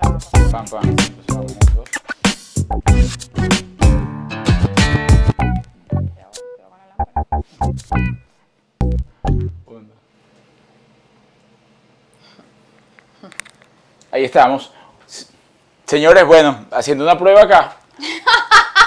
pam, pam. Ahí estamos. Señores, bueno, haciendo una prueba acá.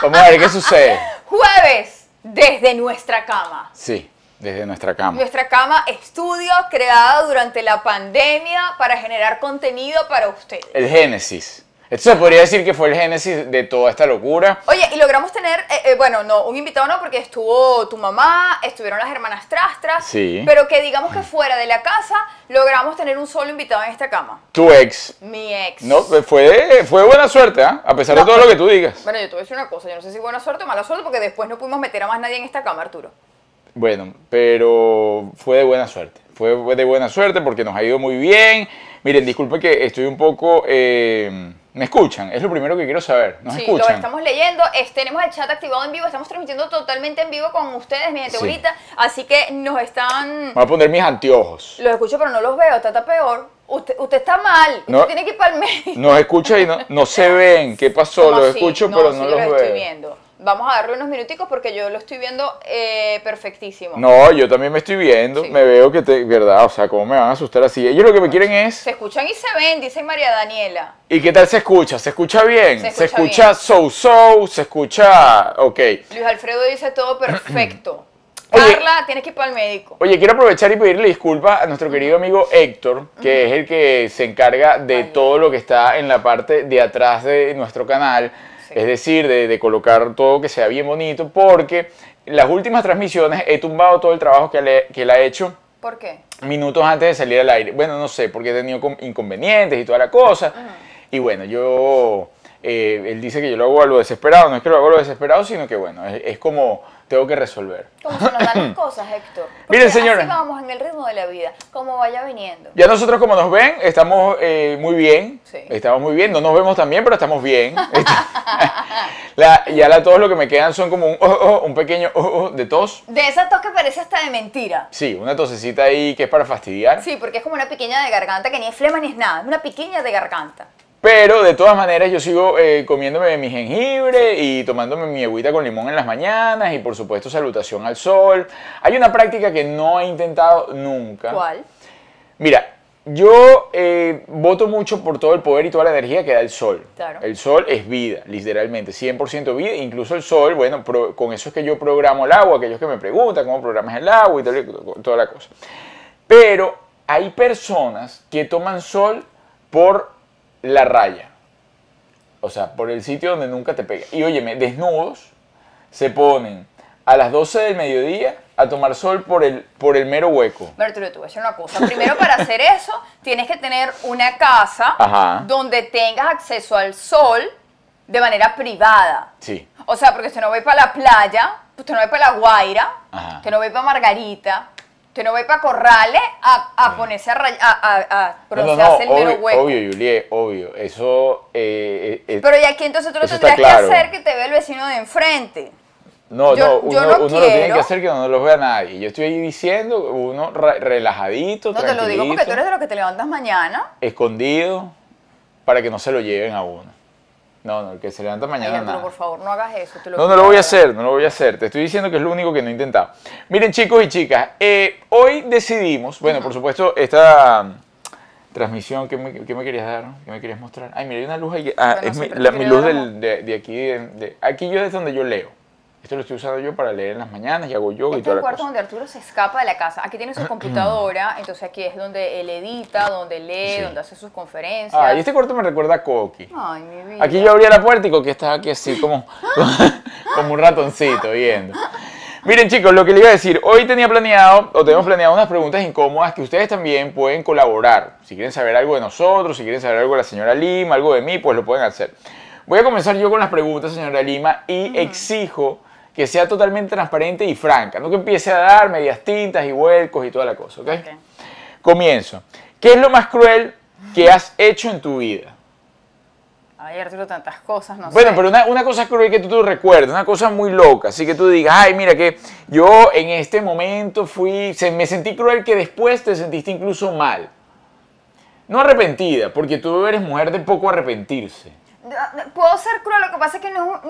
Vamos a ver qué sucede. Jueves, desde nuestra cama. Sí, desde nuestra cama. Nuestra cama estudio creada durante la pandemia para generar contenido para ustedes. El génesis. Esto se podría decir que fue el génesis de toda esta locura. Oye, y logramos tener, eh, eh, bueno, no, un invitado no, porque estuvo tu mamá, estuvieron las hermanas Trastras, Sí. pero que digamos que fuera de la casa, logramos tener un solo invitado en esta cama, Tu ex. mi ex. No, pues fue, fue buena suerte, ¿ah? A pesar de No. todo lo que tú digas. Bueno, yo te voy a decir una cosa, yo no sé si buena suerte o mala suerte, porque después no pudimos meter a más nadie en esta cama, Arturo. Bueno, pero fue de buena suerte. Fue fue de buena suerte porque nos ha ido muy bien. Miren, disculpe que estoy un poco... eh, ¿Me escuchan? Es lo primero que quiero saber. ¿Nos sí, escuchan? lo estamos leyendo, es- tenemos el chat activado en vivo, estamos transmitiendo totalmente en vivo con ustedes, mi gente Sí. bonita, así que nos están... Voy a poner mis anteojos. Los escucho pero no los veo, está, está peor. Usted, usted está mal, No. usted tiene que ir para el médico. Nos escucha y no, no se ven. ¿Qué pasó? ¿Cómo Los así? escucho, pero sí, no yo los, estoy veo. viendo. Vamos a darle unos minuticos porque yo lo estoy viendo eh, perfectísimo. No, yo también me estoy viendo. Sí. Me veo que te. ¿Verdad? O sea, ¿cómo me van a asustar así? Ellos lo que me quieren es. Se escuchan y se ven, dice María Daniela. ¿Y qué tal se escucha? ¿Se escucha bien? Se Se escucha escucha, so-so, se escucha. Ok. Luis Alfredo dice todo perfecto. Oye. Carla, tienes que ir para el médico. Oye, quiero aprovechar y pedirle disculpas a nuestro querido amigo Héctor, que es el que se encarga de Ay. todo lo que está en la parte de atrás de nuestro canal, Sí. es decir, de, de colocar todo que sea bien bonito, porque las últimas transmisiones he tumbado todo el trabajo que, le- que él ha hecho ¿Por qué? minutos antes de salir al aire. Bueno, no sé, porque he tenido com- inconvenientes y toda la cosa. Y bueno, yo, eh, él dice que yo lo hago a lo desesperado, no es que lo hago a lo desesperado, sino que bueno, es- es como tengo que resolver. Como se nos dan las cosas, Héctor. Porque Miren, señora. Así vamos en el ritmo de la vida, como vaya viniendo. Ya nosotros, como nos ven, estamos eh, muy bien. Sí. Estamos muy bien. No nos vemos también, pero estamos bien. La- ya la tos, lo que me quedan son como un, oh, oh, un pequeño oh, oh, de tos. De esa tos que parece hasta de mentira. Sí, una tosecita ahí que es para fastidiar. Sí, porque es como una pequeña de garganta que ni es flema ni es nada, es una pequeña de garganta. Pero de todas maneras, yo sigo eh, comiéndome mi jengibre y tomándome mi agüita con limón en las mañanas y, por supuesto, salutación al sol. Hay una práctica que no he intentado nunca. ¿Cuál? Mira, yo eh, voto mucho por todo el poder y toda la energía que da el sol. Claro. El sol es vida, literalmente, 100% vida. Incluso el sol, bueno, pro- con eso es que yo programo el agua, aquellos que me preguntan cómo programas el agua y tal, toda la cosa. Pero hay personas que toman sol por la raya. O sea, por el sitio donde nunca te pega. Y óyeme, desnudos se ponen a las 12 del mediodía a tomar sol por el, por el mero hueco. Pero Arturo, te voy a decir una cosa. Primero, para hacer eso, tienes que tener una casa Ajá. donde tengas acceso al sol de manera privada. Sí. O sea, porque usted no va a ir para la playa, usted no va a ir para la Guaira, Ajá. usted no va a ir para Margarita, usted no va a ir para Corrales a, a ponerse a, ray- a, a, a No, no, broncearse no, el mero obvio, hueco. obvio, Juliet, obvio. Eso, eh, eh, eh, Pero y aquí entonces tú lo Eso está tendrías claro. que hacer que te ve el vecino de enfrente. no, yo- no, yo uno, no uno lo tiene quiero. que hacer que no los vea nadie. Yo estoy ahí diciendo, uno ra- relajadito, No te lo digo porque tranquilito, tú eres de los que te levantas mañana. escondido, para que no se lo lleven a uno. No, no, el que se levanta Ay, mañana Arturo, nada. por favor, no hagas eso. te No, no lo voy pido. a hacer, no lo voy a hacer. Te estoy diciendo que es lo único que no he intentado. Miren, chicos y chicas, eh, hoy decidimos, bueno, por supuesto, esta mm, transmisión que me, que me querías dar, ¿no? que me querías mostrar. Ay, mira, hay una luz ahí. Ah, Bueno, es mi, siempre la- te mi quería luz dar del- de, de aquí. de- de- aquí yo es donde yo leo. Esto lo estoy usando yo para leer en las mañanas y hago yoga y Este es toda el la cuarto cosa. donde Arturo se escapa de la casa. Aquí tiene su computadora, entonces aquí es donde él edita, donde lee, Sí. donde hace sus conferencias. Ah, y este cuarto me recuerda a Coqui. Ay, mi vida. Aquí yo abría la puerta y Coqui estaba aquí así como, como un ratoncito viendo. Miren chicos, lo que les iba a decir, hoy tenía planeado, o tenemos planeado unas preguntas incómodas que ustedes también pueden colaborar. Si quieren saber algo de nosotros, si quieren saber algo de la señora Lima, algo de mí, pues lo pueden hacer. Voy a comenzar yo con las preguntas, señora Lima, y exijo que sea totalmente transparente y franca, no que empiece a dar medias tintas y vuelcos y toda la cosa, ¿ok? Ok. Comienzo. ¿Qué es lo más cruel que has hecho en tu vida? Ay, Arturo, tantas cosas, no Bueno, sé. pero una, una cosa cruel que tú, tú recuerdas, una cosa muy loca, así que tú digas, ay, mira que yo en este momento fui, se, me sentí cruel que después te sentiste incluso mal. No arrepentida, porque tú eres mujer de poco arrepentirse. Puedo ser cruel, lo que pasa es que no,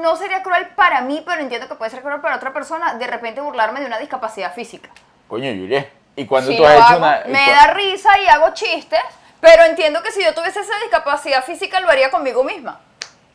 no sería cruel para mí, pero entiendo que puede ser cruel para otra persona de repente burlarme de una discapacidad física. Coño, Yurié. ¿Y cuando Sí, tú lo has hecho hago. una.? y Me cua- da risa y hago chistes, pero entiendo que si yo tuviese esa discapacidad física lo haría conmigo misma.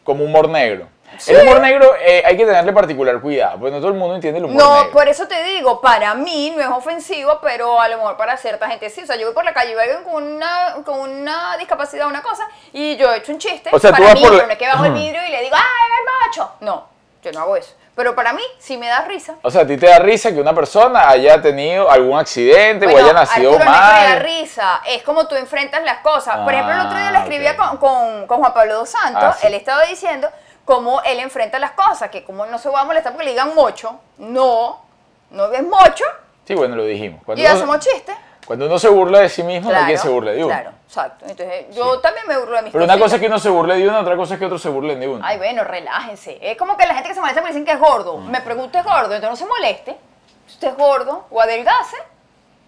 Como humor negro. El humor negro eh, hay que tenerle particular cuidado, porque no todo el mundo entiende el humor No, pues- negro. por eso te digo, para mí no es ofensivo, pero a lo mejor para cierta gente sí. O sea, yo voy por la calle y veo a alguien con una, con una discapacidad, una cosa, y yo he hecho un chiste. O sea, tú para vas mí, por la- pero no es que bajo el vidrio y le digo, ¡ay, el macho! No, yo no hago eso. Pero para mí sí me da risa. O sea, a ti te da risa que una persona haya tenido algún accidente o haya nacido Arturo Negro mal. da risa, es como tú enfrentas las cosas. Por ejemplo, el otro día le Ah, escribía ok. con, con- con Juan Pablo dos Santos, Ah, sí. él estaba diciendo cómo él enfrenta las cosas, que como no se va a molestar porque le digan mocho, no, no es mocho, Sí, bueno, lo dijimos. Cuando, y hacemos chistes. cuando uno se burla de sí mismo, no hay quien se burle de uno. Claro, exacto. Entonces, yo también me burlo de mis Pero una cosa cositas. es que uno se burle de uno, otra cosa es que otro se burlen de uno. Ay, bueno, relájense. Es como que la gente que se molesta me dicen que es gordo. Ah. Me pregunto, ¿es gordo? Entonces no se moleste. Si usted es gordo o adelgace,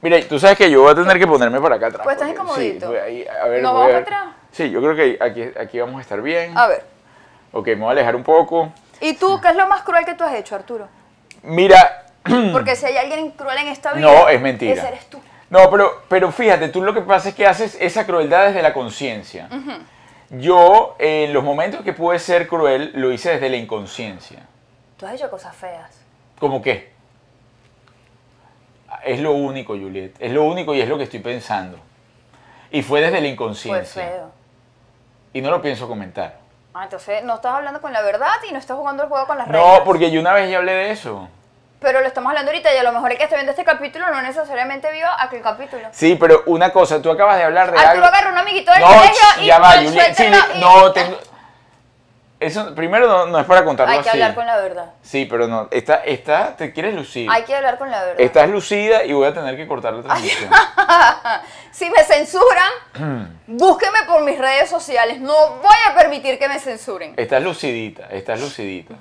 Mira, tú sabes que yo voy a tener que ponerme para acá atrás. Pues estás porque- sí, incomodito. voy ahí- a ver, ¿Nos voy a vamos ver. para atrás? Ah. Sí, yo creo que aquí, aquí vamos a estar bien. a ver. Ok, me voy a alejar un poco. ¿Y tú qué es lo más cruel que tú has hecho, Arturo? Mira, Porque si hay alguien cruel en esta vida. Mm. no, es mentira. Ese eres tú. No, pero, pero fíjate, tú lo que pasa es que haces esa crueldad desde la conciencia. Yo, en los momentos que pude ser cruel, lo hice desde la inconsciencia. Tú has hecho cosas feas. ¿Cómo qué? Es lo único, Juliet. Es lo único y es lo que estoy pensando. Y fue desde la Fue inconsciencia. feo. Y no lo pienso comentar. Ah, entonces no estás hablando con la verdad y no estás jugando el juego con las reglas. No, porque yo una vez ya hablé de eso. Pero lo estamos hablando ahorita y a lo mejor el que esté viendo este capítulo no necesariamente vio aquel capítulo. Sí, pero una cosa, tú acabas de hablar de Arturo algo. agarra un amiguito del no, colegio y ya va, pues, Juliet. Sí, suéltalo y- no, tengo. Eso primero no, no es para contarlo Hay que así. hablar con la verdad. Sí, pero no. Esta, esta, te quieres lucir. Hay que hablar con la verdad. Estás lucida y voy a tener que cortar la transmisión. Si me censuran, búsqueme por mis redes sociales. No voy a permitir que me censuren. Estás lucidita, estás lucidita.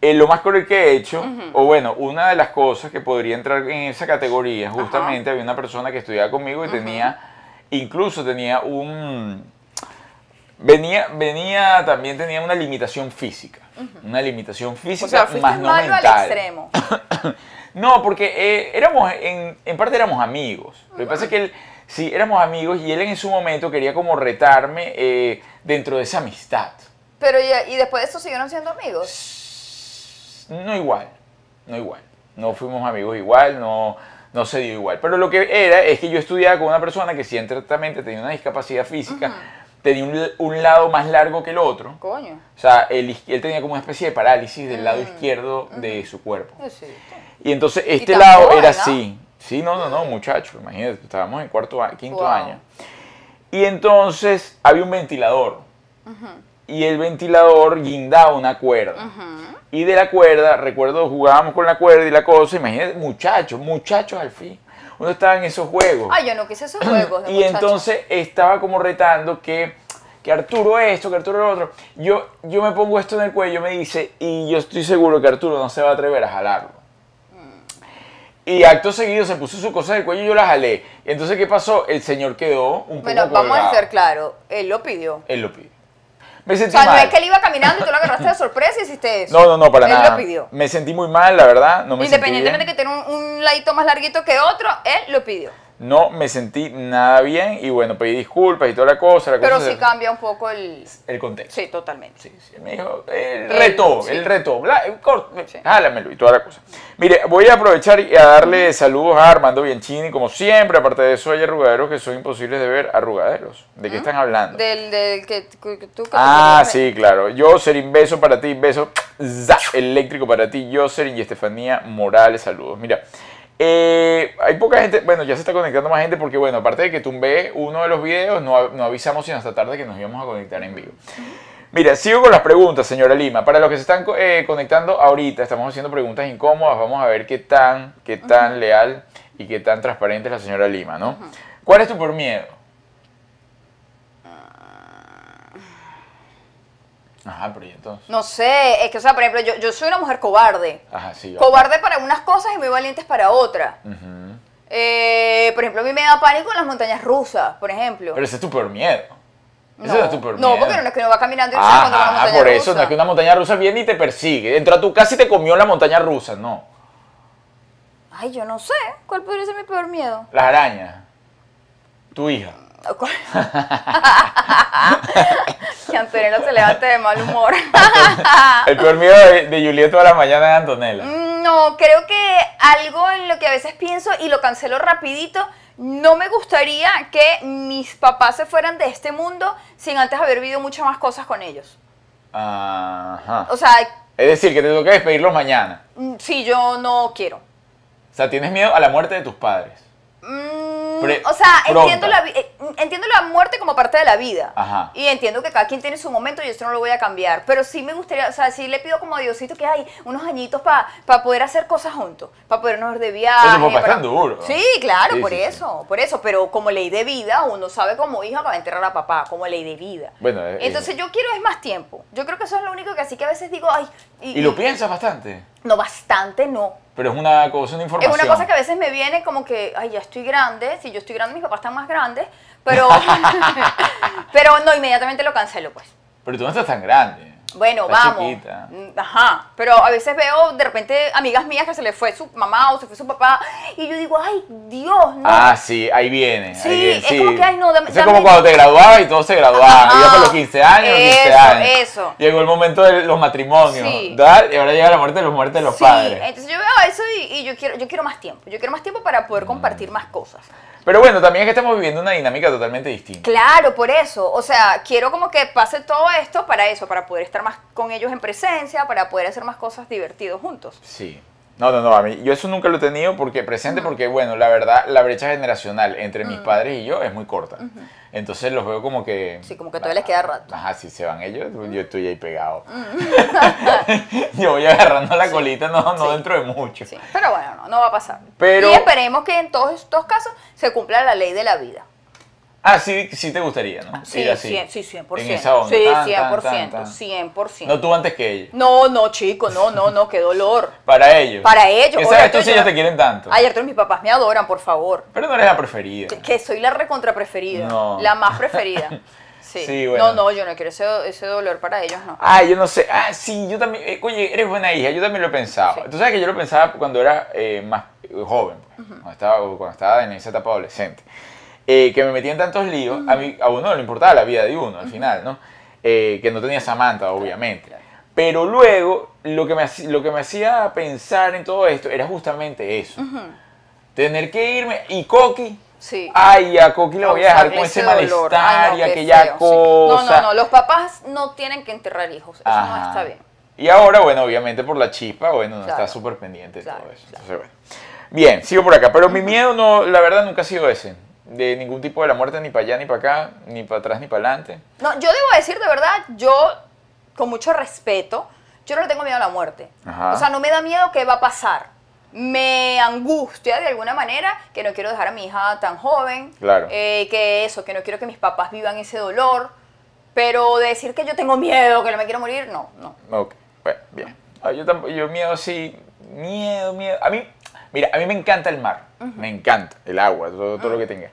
Eh, lo más cruel que he hecho, o bueno, una de las cosas que podría entrar en esa categoría, justamente había una persona que estudiaba conmigo y tenía, incluso tenía un, venía, venía, también tenía una limitación física, una limitación física O sea, fuiste más no malo al mental. extremo. No, porque eh, éramos, en, en parte éramos amigos. Lo que pasa es que él, sí, éramos amigos y él en su momento quería como retarme eh, dentro de esa amistad. Pero ya- y después de eso siguieron siendo amigos. No igual, no igual. No fuimos amigos igual, no, no se dio igual. Pero lo que era es que yo estudiaba con una persona que ciertamente tenía una discapacidad física, tenía un, un lado más largo que el otro. Coño. O sea, él, él tenía como una especie de parálisis del lado izquierdo de su cuerpo. Y entonces este tan lado joven, era ¿no? así. Sí, no, no, no, muchacho, imagínate, estábamos en cuarto a- quinto Wow. año. Y entonces había un ventilador. Y el ventilador guindaba una cuerda. Y de la cuerda, recuerdo, jugábamos con la cuerda y la cosa, imagínate, muchachos, muchachos al fin. Uno estaba en esos juegos. Ay, Ah, yo no quise esos juegos. De Y muchacho. entonces estaba como retando que, que Arturo esto, que Arturo lo otro. Yo, yo me pongo esto en el cuello, me dice, y yo estoy seguro que Arturo no se va a atrever a jalarlo. Mm. Y acto seguido se puso su cosa en el cuello y yo la jalé. Entonces, ¿qué pasó? El señor quedó un poco Bueno, vamos a colgado. ser claros. Él lo pidió. Él lo pidió. Me O sentí sea, no mal. es que él iba caminando y tú lo agarraste de sorpresa y hiciste eso. no, no, no, para él nada. lo pidió. Me sentí muy mal, la verdad. No me sentí Independientemente bien. que tenga un, un ladito más larguito que otro, él lo pidió. No me sentí nada bien y bueno, pedí disculpas y toda la cosa. la Pero cosa sí se- cambia un poco el... el contexto. Sí, totalmente. Sí, sí, me dijo, el Él, reto, Eh, sí. el reto, bla, eh, cort- Sí. jálamelo y toda la cosa. Mire, voy a aprovechar y a darle saludos a Armando Bianchini, como siempre, aparte de eso hay arrugaderos que son imposibles de ver, arrugaderos, ¿de qué están hablando? Del, del que, que- que tú... que Ah, te- sí, claro. Jocelyn, beso para ti, beso za, eléctrico para ti, Jocelyn y Estefanía Morales, saludos. Mira, eh, hay poca gente, bueno, ya se está conectando más gente porque, bueno, aparte de que tumbé uno de los videos, no, av- no avisamos sino hasta tarde que nos íbamos a conectar en vivo. Mira, sigo con las preguntas, señora Lima. Para los que se están co- eh, conectando ahorita, estamos haciendo preguntas incómodas. Vamos a ver qué tan, qué tan leal y qué tan transparente es la señora Lima, ¿no? ¿Cuál es tu peor miedo? Ah. Ajá, pero ¿y entonces? No sé, es que, o sea, por ejemplo, yo, yo soy una mujer cobarde. Ajá, sí. va. Cobarde para unas cosas y muy valientes para otras. Ujú. Eh, por ejemplo, a mí me da pánico en las montañas rusas, por ejemplo. Pero ese es tu peor miedo. Ese no, es tu peor no, miedo. porque no es que uno va caminando y no Ah, se encuentra ah, una montaña por eso, no rusa. es que una montaña rusa viene y te persigue. Entró a tu casa y te comió la montaña rusa, no. Ay, yo no sé. ¿Cuál podría ser mi peor miedo? Las arañas. Tu hija. ¿Cuál? que Antonella se levante de mal humor. El peor miedo de, de Juliet toda la mañana es Antonella. Mm, No, creo que algo en lo que a veces pienso y lo cancelo rapidito, no me gustaría que mis papás se fueran de este mundo sin antes haber vivido muchas más cosas con ellos. Ajá. O sea, Es decir, que te toca despedirlos mañana. mm, sí, yo no quiero. O sea, tienes miedo a la muerte de tus padres. Mm, Pre- o sea, entiendo pronta. la, vi- eh, entiendo la muerte como parte de la vida. Ajá. Y entiendo que cada quien tiene su momento y eso no lo voy a cambiar. Pero sí me gustaría, o sea, sí le pido como a Diosito que hay unos añitos para poder hacer cosas juntos, para podernos ir de viaje. Pero tu papá para- es tan duro. Sí, claro, Sí, por sí, sí. eso, por eso. Pero como ley de vida, uno sabe como hija para enterrar a papá, como ley de vida. Bueno, eh, Entonces yo quiero es más tiempo. Yo creo que eso es lo único que así que a veces digo, ay, eh, Y lo piensas bastante. no bastante, no. Pero es una cosa, una Es información. una cosa que a veces me viene como que, ay, ya estoy grande, si yo estoy grande, mis papás están más grandes, pero, pero no, inmediatamente lo cancelo, pues. Pero tú no estás tan grande. Bueno, Estás vamos. chiquita. Mm, Ajá, pero a veces veo de repente amigas mías que se le fue su mamá o se fue su papá y yo digo, ay, Dios, no. Ah, sí, ahí viene. Sí, ahí viene, es como que, ay, no, dame- Eso es como dame- cuando te graduabas y todos se graduaban. Ajá. Iba para los 15 años, 15 Eso, años. eso. Llegó el momento de los matrimonios. Sí. tal, Y ahora llega la muerte de los muertes de los sí, eh. padres. entonces yo veo eso y, y yo, quiero, yo quiero más tiempo, yo quiero más tiempo para Mm. poder compartir más cosas. Pero bueno, también es que estamos viviendo una dinámica totalmente distinta. Claro, por eso. O sea, quiero como que pase todo esto para eso, para poder estar más con ellos en presencia, para poder hacer más cosas divertidos juntos. Sí. No, no, no, a mí, yo eso nunca lo he tenido porque presente, porque bueno, la verdad, la brecha generacional entre Mm. mis padres y yo es muy corta. Entonces los veo como que... Sí, como que todavía les queda rato. Ajá, si se van ellos, yo estoy ahí pegado. yo voy agarrando la colita, no, no Mm. Sí. dentro de mucho. Sí. Pero bueno, no, no va a pasar. Pero- Y esperemos que en todos estos casos se cumpla la ley de la vida. Ah, sí, sí te gustaría, ¿no? Sí, Ir así. cien- sí, 100%. En esa onda. Sí, tan, tan, 100%. tan, tan. 100%. No tú antes que ellos. No, no, chico, no, no, no, qué dolor. Para ellos. Para ellos. Que oye, sabes tú tú, si yo- ellos te quieren tanto. Ayer todos mis papás me adoran, por favor. Pero no eres la preferida. Que- Que soy la recontra preferida. No. La más preferida. Sí. Sí, bueno. No, no, yo no quiero ese, ese dolor para ellos, no. Ah, yo no sé. Ah, sí, yo también. eh, oye, eres buena hija. Yo también lo he pensado. Sí. Tú sabes que yo lo pensaba cuando era eh, más joven, pues, cuando, estaba, o cuando estaba en esa etapa adolescente. Eh, que me metía en tantos líos. A, mí, a uno no le importaba la vida de uno al final, ¿no? Eh, que no tenía Samantha, obviamente. Pero luego, lo que, me, haci- lo que me hacía pensar en todo esto era justamente eso. Tener que irme. Y Coqui. Sí. Ay, a Coqui la ah, voy a dejar Causarle con ese dolor. Ay, malestar no, y qué aquella feo, sí. cosa. No, no, no, los papás no tienen que enterrar hijos, eso no Ajá. está bien. Y ahora, bueno, obviamente por la chispa, bueno, uno Claro. está súper pendiente de todo Claro, eso. Entonces, bueno. Bien, sigo por acá. Pero mi miedo, no, la verdad, nunca ha sido ese. De ningún tipo de la muerte, ni para allá, ni para acá, ni para atrás, ni para adelante. No, yo debo decir de verdad, yo con mucho respeto, yo no le tengo miedo a la muerte. Ajá. O sea, no me da miedo qué va a pasar. Me angustia de alguna manera que no quiero dejar a mi hija tan joven. Claro. Eh, que eso, que no quiero que mis papás vivan ese dolor. Pero decir que yo tengo miedo, que no me quiero morir, no, no. Ok, bueno, bien. Ah, Yo, tampoco, yo miedo sí, miedo, miedo. A mí, mira, a mí me encanta el mar, me encanta el agua, todo, todo lo que tenga.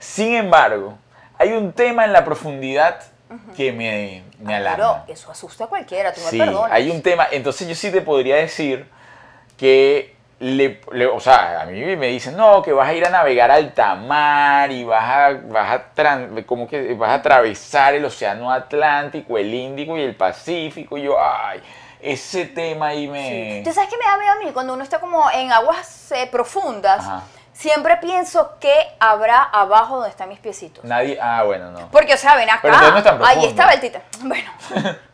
Sin embargo, hay un tema en la profundidad que me, me alarma. Pero eso asusta a cualquiera, tú Sí, me perdonas. hay un tema. Entonces yo sí te podría decir que, le, le- o sea, a mí me dicen, no, que vas a ir a navegar al tamar y vas a, vas a, tran- como que vas a atravesar el océano Atlántico, el Índico y el Pacífico. Y yo, ay, ese tema ahí me... Tú sabes que me da miedo a mí cuando uno está como en aguas eh, profundas. Ajá. Siempre pienso que habrá abajo donde están mis piecitos. Nadie... Ah, bueno, no. Porque, o sea, ven acá. Pero entonces no es tan ahí profundo. estaba el tita. Bueno,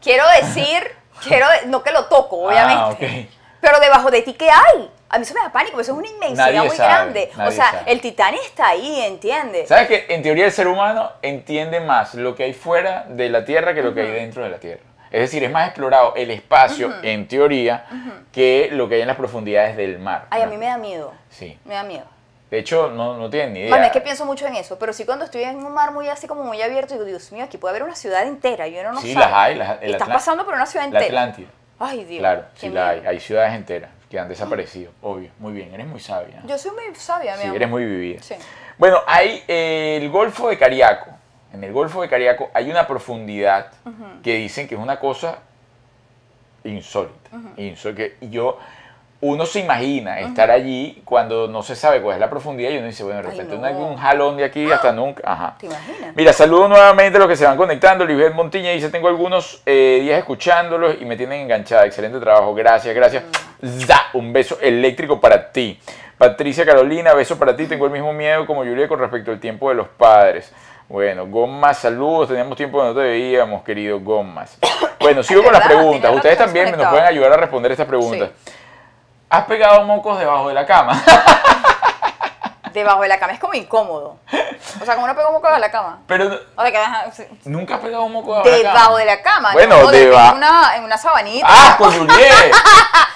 quiero decir, quiero de- no que lo toco, obviamente. Ah, ok. Pero debajo de ti, ¿qué hay? A mí eso me da pánico, eso es una inmensidad Nadie muy sabe, grande. O nadie sea, sabe. el Titanic está ahí, ¿entiendes? ¿Sabes que En teoría el ser humano entiende más lo que hay fuera de la Tierra que lo que hay dentro de la Tierra. Es decir, es más explorado el espacio, en teoría, que lo que hay en las profundidades del mar. Ay, a ¿no? mí me da miedo. Sí. Me da miedo. De hecho, no, no tienen ni idea. Bueno, es que pienso mucho en eso, pero sí cuando estoy en un mar muy así como muy abierto, digo, Dios mío, aquí puede haber una ciudad entera, yo no no Sí, sabe. las hay, las- el Estás Atlán- pasando por una ciudad la entera. Atlántida. Ay, Dios. Claro, qué sí la hay. miedo. Hay ciudades enteras que han desaparecido, obvio. Muy bien, eres muy sabia. Yo soy muy sabia, mi sí, amor. eres muy vivida. Sí. Bueno, hay eh, el Golfo de Cariaco. En el Golfo de Cariaco hay una profundidad que dicen que es una cosa insólita. insó- que- y yo, uno se imagina estar allí cuando no se sabe cuál es la profundidad y uno dice, bueno, de Ay, repente no. ¡Ah! una- un jalón de aquí hasta nunca. Ajá. ¿Te imaginas? Mira, saludo nuevamente a los que se van conectando. Lisbeth Montiña dice, tengo algunos eh, días escuchándolos y me tienen enganchada. Excelente trabajo. Gracias, gracias. Za, un beso eléctrico para ti. Patricia Carolina, beso para ti. Tengo el mismo miedo como Julia con respecto al tiempo de los padres. Bueno, Gomas, saludos. Teníamos tiempo que no te veíamos, querido Gomas. Bueno, sigo con las verdad, preguntas. tenía Ustedes rato también nos desconectado. pueden ayudar a responder estas preguntas. ¿Has pegado mocos debajo de la cama? Debajo de la cama es como incómodo. O sea, como uno pega un poco debajo de la cama. Pero O sea, que ajá, sí. nunca has pegado moco debajo de la cama. Debajo de la cama. Bueno, no, de- deba- En una, en una sabanita. ¡Ah, con Juliet!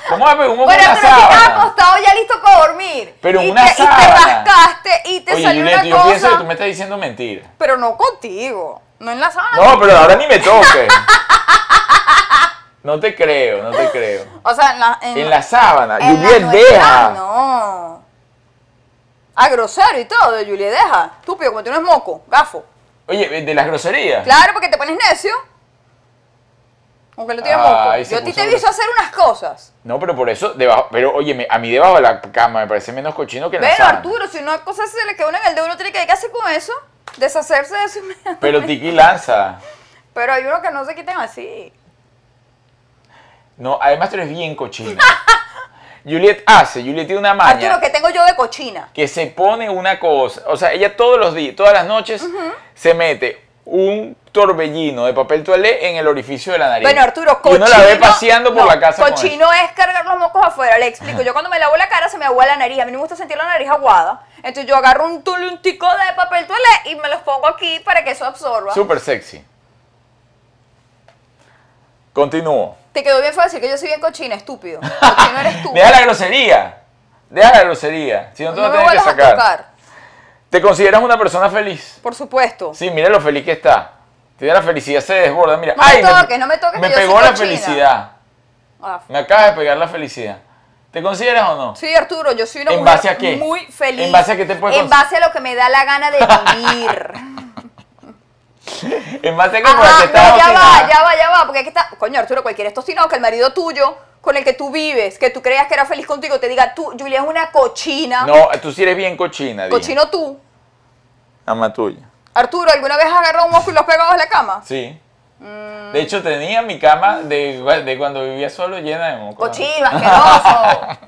¿Cómo vas a pegar un moco bueno, en pero una si estás sábana? acostado ya listo para dormir. Pero y en una te, Y te sábana. rascaste y te Oye, salió Juliet, una yo pienso que tú cosa. me estás diciendo mentira. Pero no contigo. No en la sábana. No, pero ahora ni me toques. No te creo, no te creo. O sea, en la. En, En la sábana. en la Juliet, noche- deja. Ah, no. Ah, grosero y todo, Juliet, deja. Estúpido, como tú no eres moco, gafo. Oye, eh, de las groserías. Claro, porque te pones necio. Aunque no tienes Ah, ahí moco. se Yo a ti puso te gros- visto hacer unas cosas. No, pero por eso, debajo. Pero oye, me- a mí debajo de la cama me parece menos cochino que en la Pero sábana. Arturo, si una cosa se le queda una en el dedo, uno tiene que ¿qué hace con eso? Deshacerse de eso inmediatamente. Pero Tiki lanza. Pero hay uno que no se quitan así. No, además tú eres bien cochino. Juliet hace, Juliet tiene una maña. Arturo, que tengo yo de cochina? que se pone una cosa, o sea, ella todos los días, todas las noches, se mete un torbellino de papel toalé en el orificio de la nariz. Bueno, Arturo, Y cochino. uno la ve paseando por no, la casa. con Cochino es cargar los mocos afuera, le explico. Yo cuando me lavo la cara se me agua la nariz. A mí no me gusta sentir la nariz aguada. Entonces yo agarro un, tul- un tico de papel toalé y me los pongo aquí para que eso absorba. eso. Súper sexy. Continúo. Te quedó bien fácil que yo soy bien cochina, estúpido. Cochino eres tú. Deja la grosería. Deja la grosería. Si no, tú no no me tienes que vuelvas a sacar. tocar. ¿Te consideras una persona feliz? Por supuesto. Sí, mira lo feliz que está. Tiene la felicidad, se desborda. Mira, No me ay, toques, no me toques, Me que yo pegó soy la cochina. felicidad. Ah, Me acaba de pegar la felicidad. ¿Te consideras o no? Sí, Arturo, yo soy una ¿En mujer base a qué? muy feliz. ¿En base a qué te puedes En cons- base a lo que me da la gana de vivir. En base a que por la que Ajá, estás Ah, no, ya obstinada. va, ya va, ya va, porque aquí está, coño Arturo, cualquier estos que el marido tuyo, con el que tú vives, que tú creas que era feliz contigo, te diga, tú, Julia, es una cochina, No, tú sí eres bien cochina, dije. cochino tú. Ama tuya. Arturo, ¿alguna vez has agarrado un moco y lo has pegado a la cama? Sí. Mm. De hecho, tenía mi cama de, de cuando vivía solo llena de mocos. Cochino, asqueroso.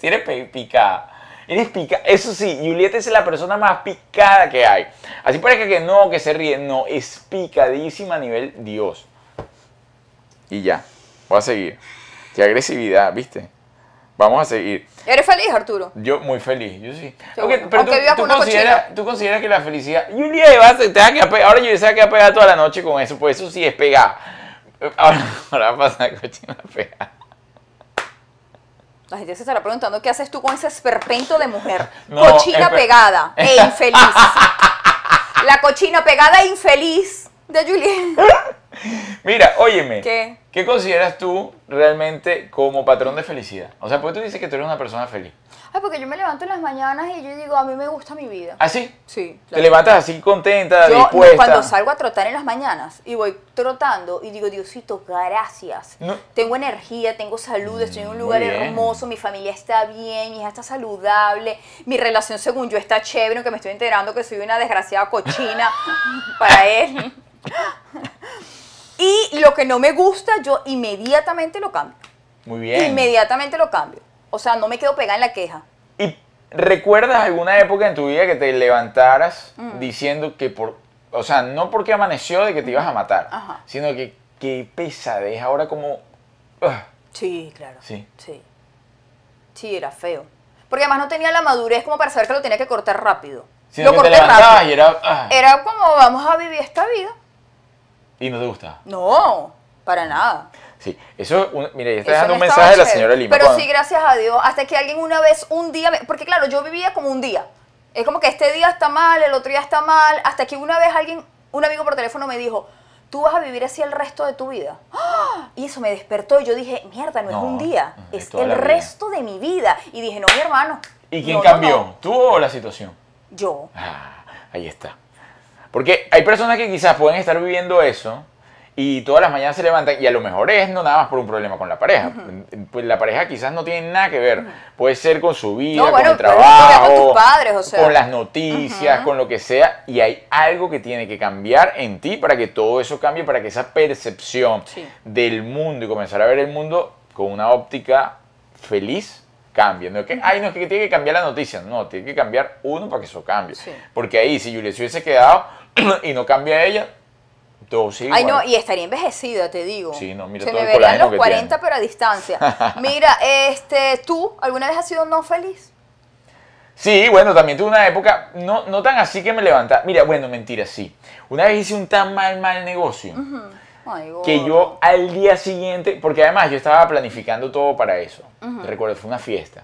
Si eres pe- picada. Eres picada. Eso sí, Julieta es la persona más picada que hay. Así parece que no, que se ríe. No, es picadísima a nivel Dios. Y ya. Voy a seguir. Qué agresividad, ¿viste? Vamos a seguir. ¿Eres feliz, Arturo? Yo muy feliz, yo sí. Qué Ok, bueno. pero Aunque vivas tú, con tú una consideras, cochina. tú consideras que la felicidad... Julia, te vas a- te vas a quedar pegada. Ahora Julia se va a quedar pegada toda la noche con eso, pues eso sí es pegada. Ahora, ahora va a pasar cochina pegada. La gente se estará preguntando qué haces tú con ese esperpento de mujer. No, cochina esper- pegada e infeliz. La cochina pegada e infeliz de Juliet. Mira, óyeme. ¿Qué? ¿Qué consideras tú realmente como patrón de felicidad? O sea, ¿por qué tú dices que tú eres una persona feliz? Ay, porque yo me levanto en las mañanas y yo digo, a mí me gusta mi vida. ¿Así? Sí. ¿Ah, ¿Te levantas así contenta, Yo dispuesta? cuando salgo a trotar en las mañanas y voy trotando y digo, Diosito, gracias. No. Mm, Tengo energía, tengo salud, estoy en un muy lugar bien. hermoso, mi familia está bien, mi hija está saludable, mi relación según yo está chévere, aunque me estoy enterando que soy una desgraciada cochina para él. Y lo que no me gusta, yo inmediatamente lo cambio. Muy bien. Inmediatamente lo cambio. O sea, no me quedo pegada en la queja. ¿Y recuerdas alguna época en tu vida que te levantaras Mm. diciendo que por, o sea, no porque amaneció de que te ibas a matar, Ajá. sino que qué pesadez, ahora como, ah, Sí, claro. Sí. Sí. Sí, era feo. Porque además no tenía la madurez como para saber que lo tenía que cortar rápido. sino lo que te corté levantabas rápido. Eh. y era, ah, Era como vamos a vivir esta vida. y no te gusta. No, para nada. Sí, eso, un- mira, ya está Eso dejando no un estaba mensaje de la chévere. señora Lima. Pero cuando- sí, gracias a Dios, hasta que alguien una vez, un día, me- porque claro, yo vivía como un día. Es como que este día está mal, el otro día está mal, hasta que una vez alguien, un amigo por teléfono me dijo, tú vas a vivir así el resto de tu vida. ¡Ah! Y eso me despertó y yo dije, mierda, no, No, es un día, es es toda el la vida". resto de mi vida. Y dije, no, mi hermano. ¿Y quién no, no, cambió? no". ¿Tú o la situación? Yo. Ah, ahí está. Porque hay personas que quizás pueden estar viviendo eso y todas las mañanas se levantan y a lo mejor es no nada más por un problema con la pareja. Pues la pareja quizás no tiene nada que ver. Puede ser con su vida, No, con bueno, el pero ya trabajo, con tus padres, o sea. con las noticias, con lo que sea. Y hay algo que tiene que cambiar en ti para que todo eso cambie, para que esa percepción Sí. del mundo y comenzar a ver el mundo con una óptica feliz cambie. No es que, ay, no, es que tiene que cambiar la noticia. No, tiene que cambiar uno para que eso cambie. Sí. Porque ahí, si Julia se hubiese quedado y no cambia ella, todo sigue Ay, igual. no, y estaría envejecida, te digo. Sí, no, mira Se todo me el verían colágeno los que 40, tiene. pero a distancia. Mira, este, ¿tú alguna vez has sido no feliz? Sí, bueno, también tuve una época, no, no tan así que me levantaba. Mira, bueno, mentira, sí. Una vez hice un tan mal, mal negocio Ay, que gordo. yo al día siguiente, porque además yo estaba planificando todo para eso. Recuerdo, fue una fiesta.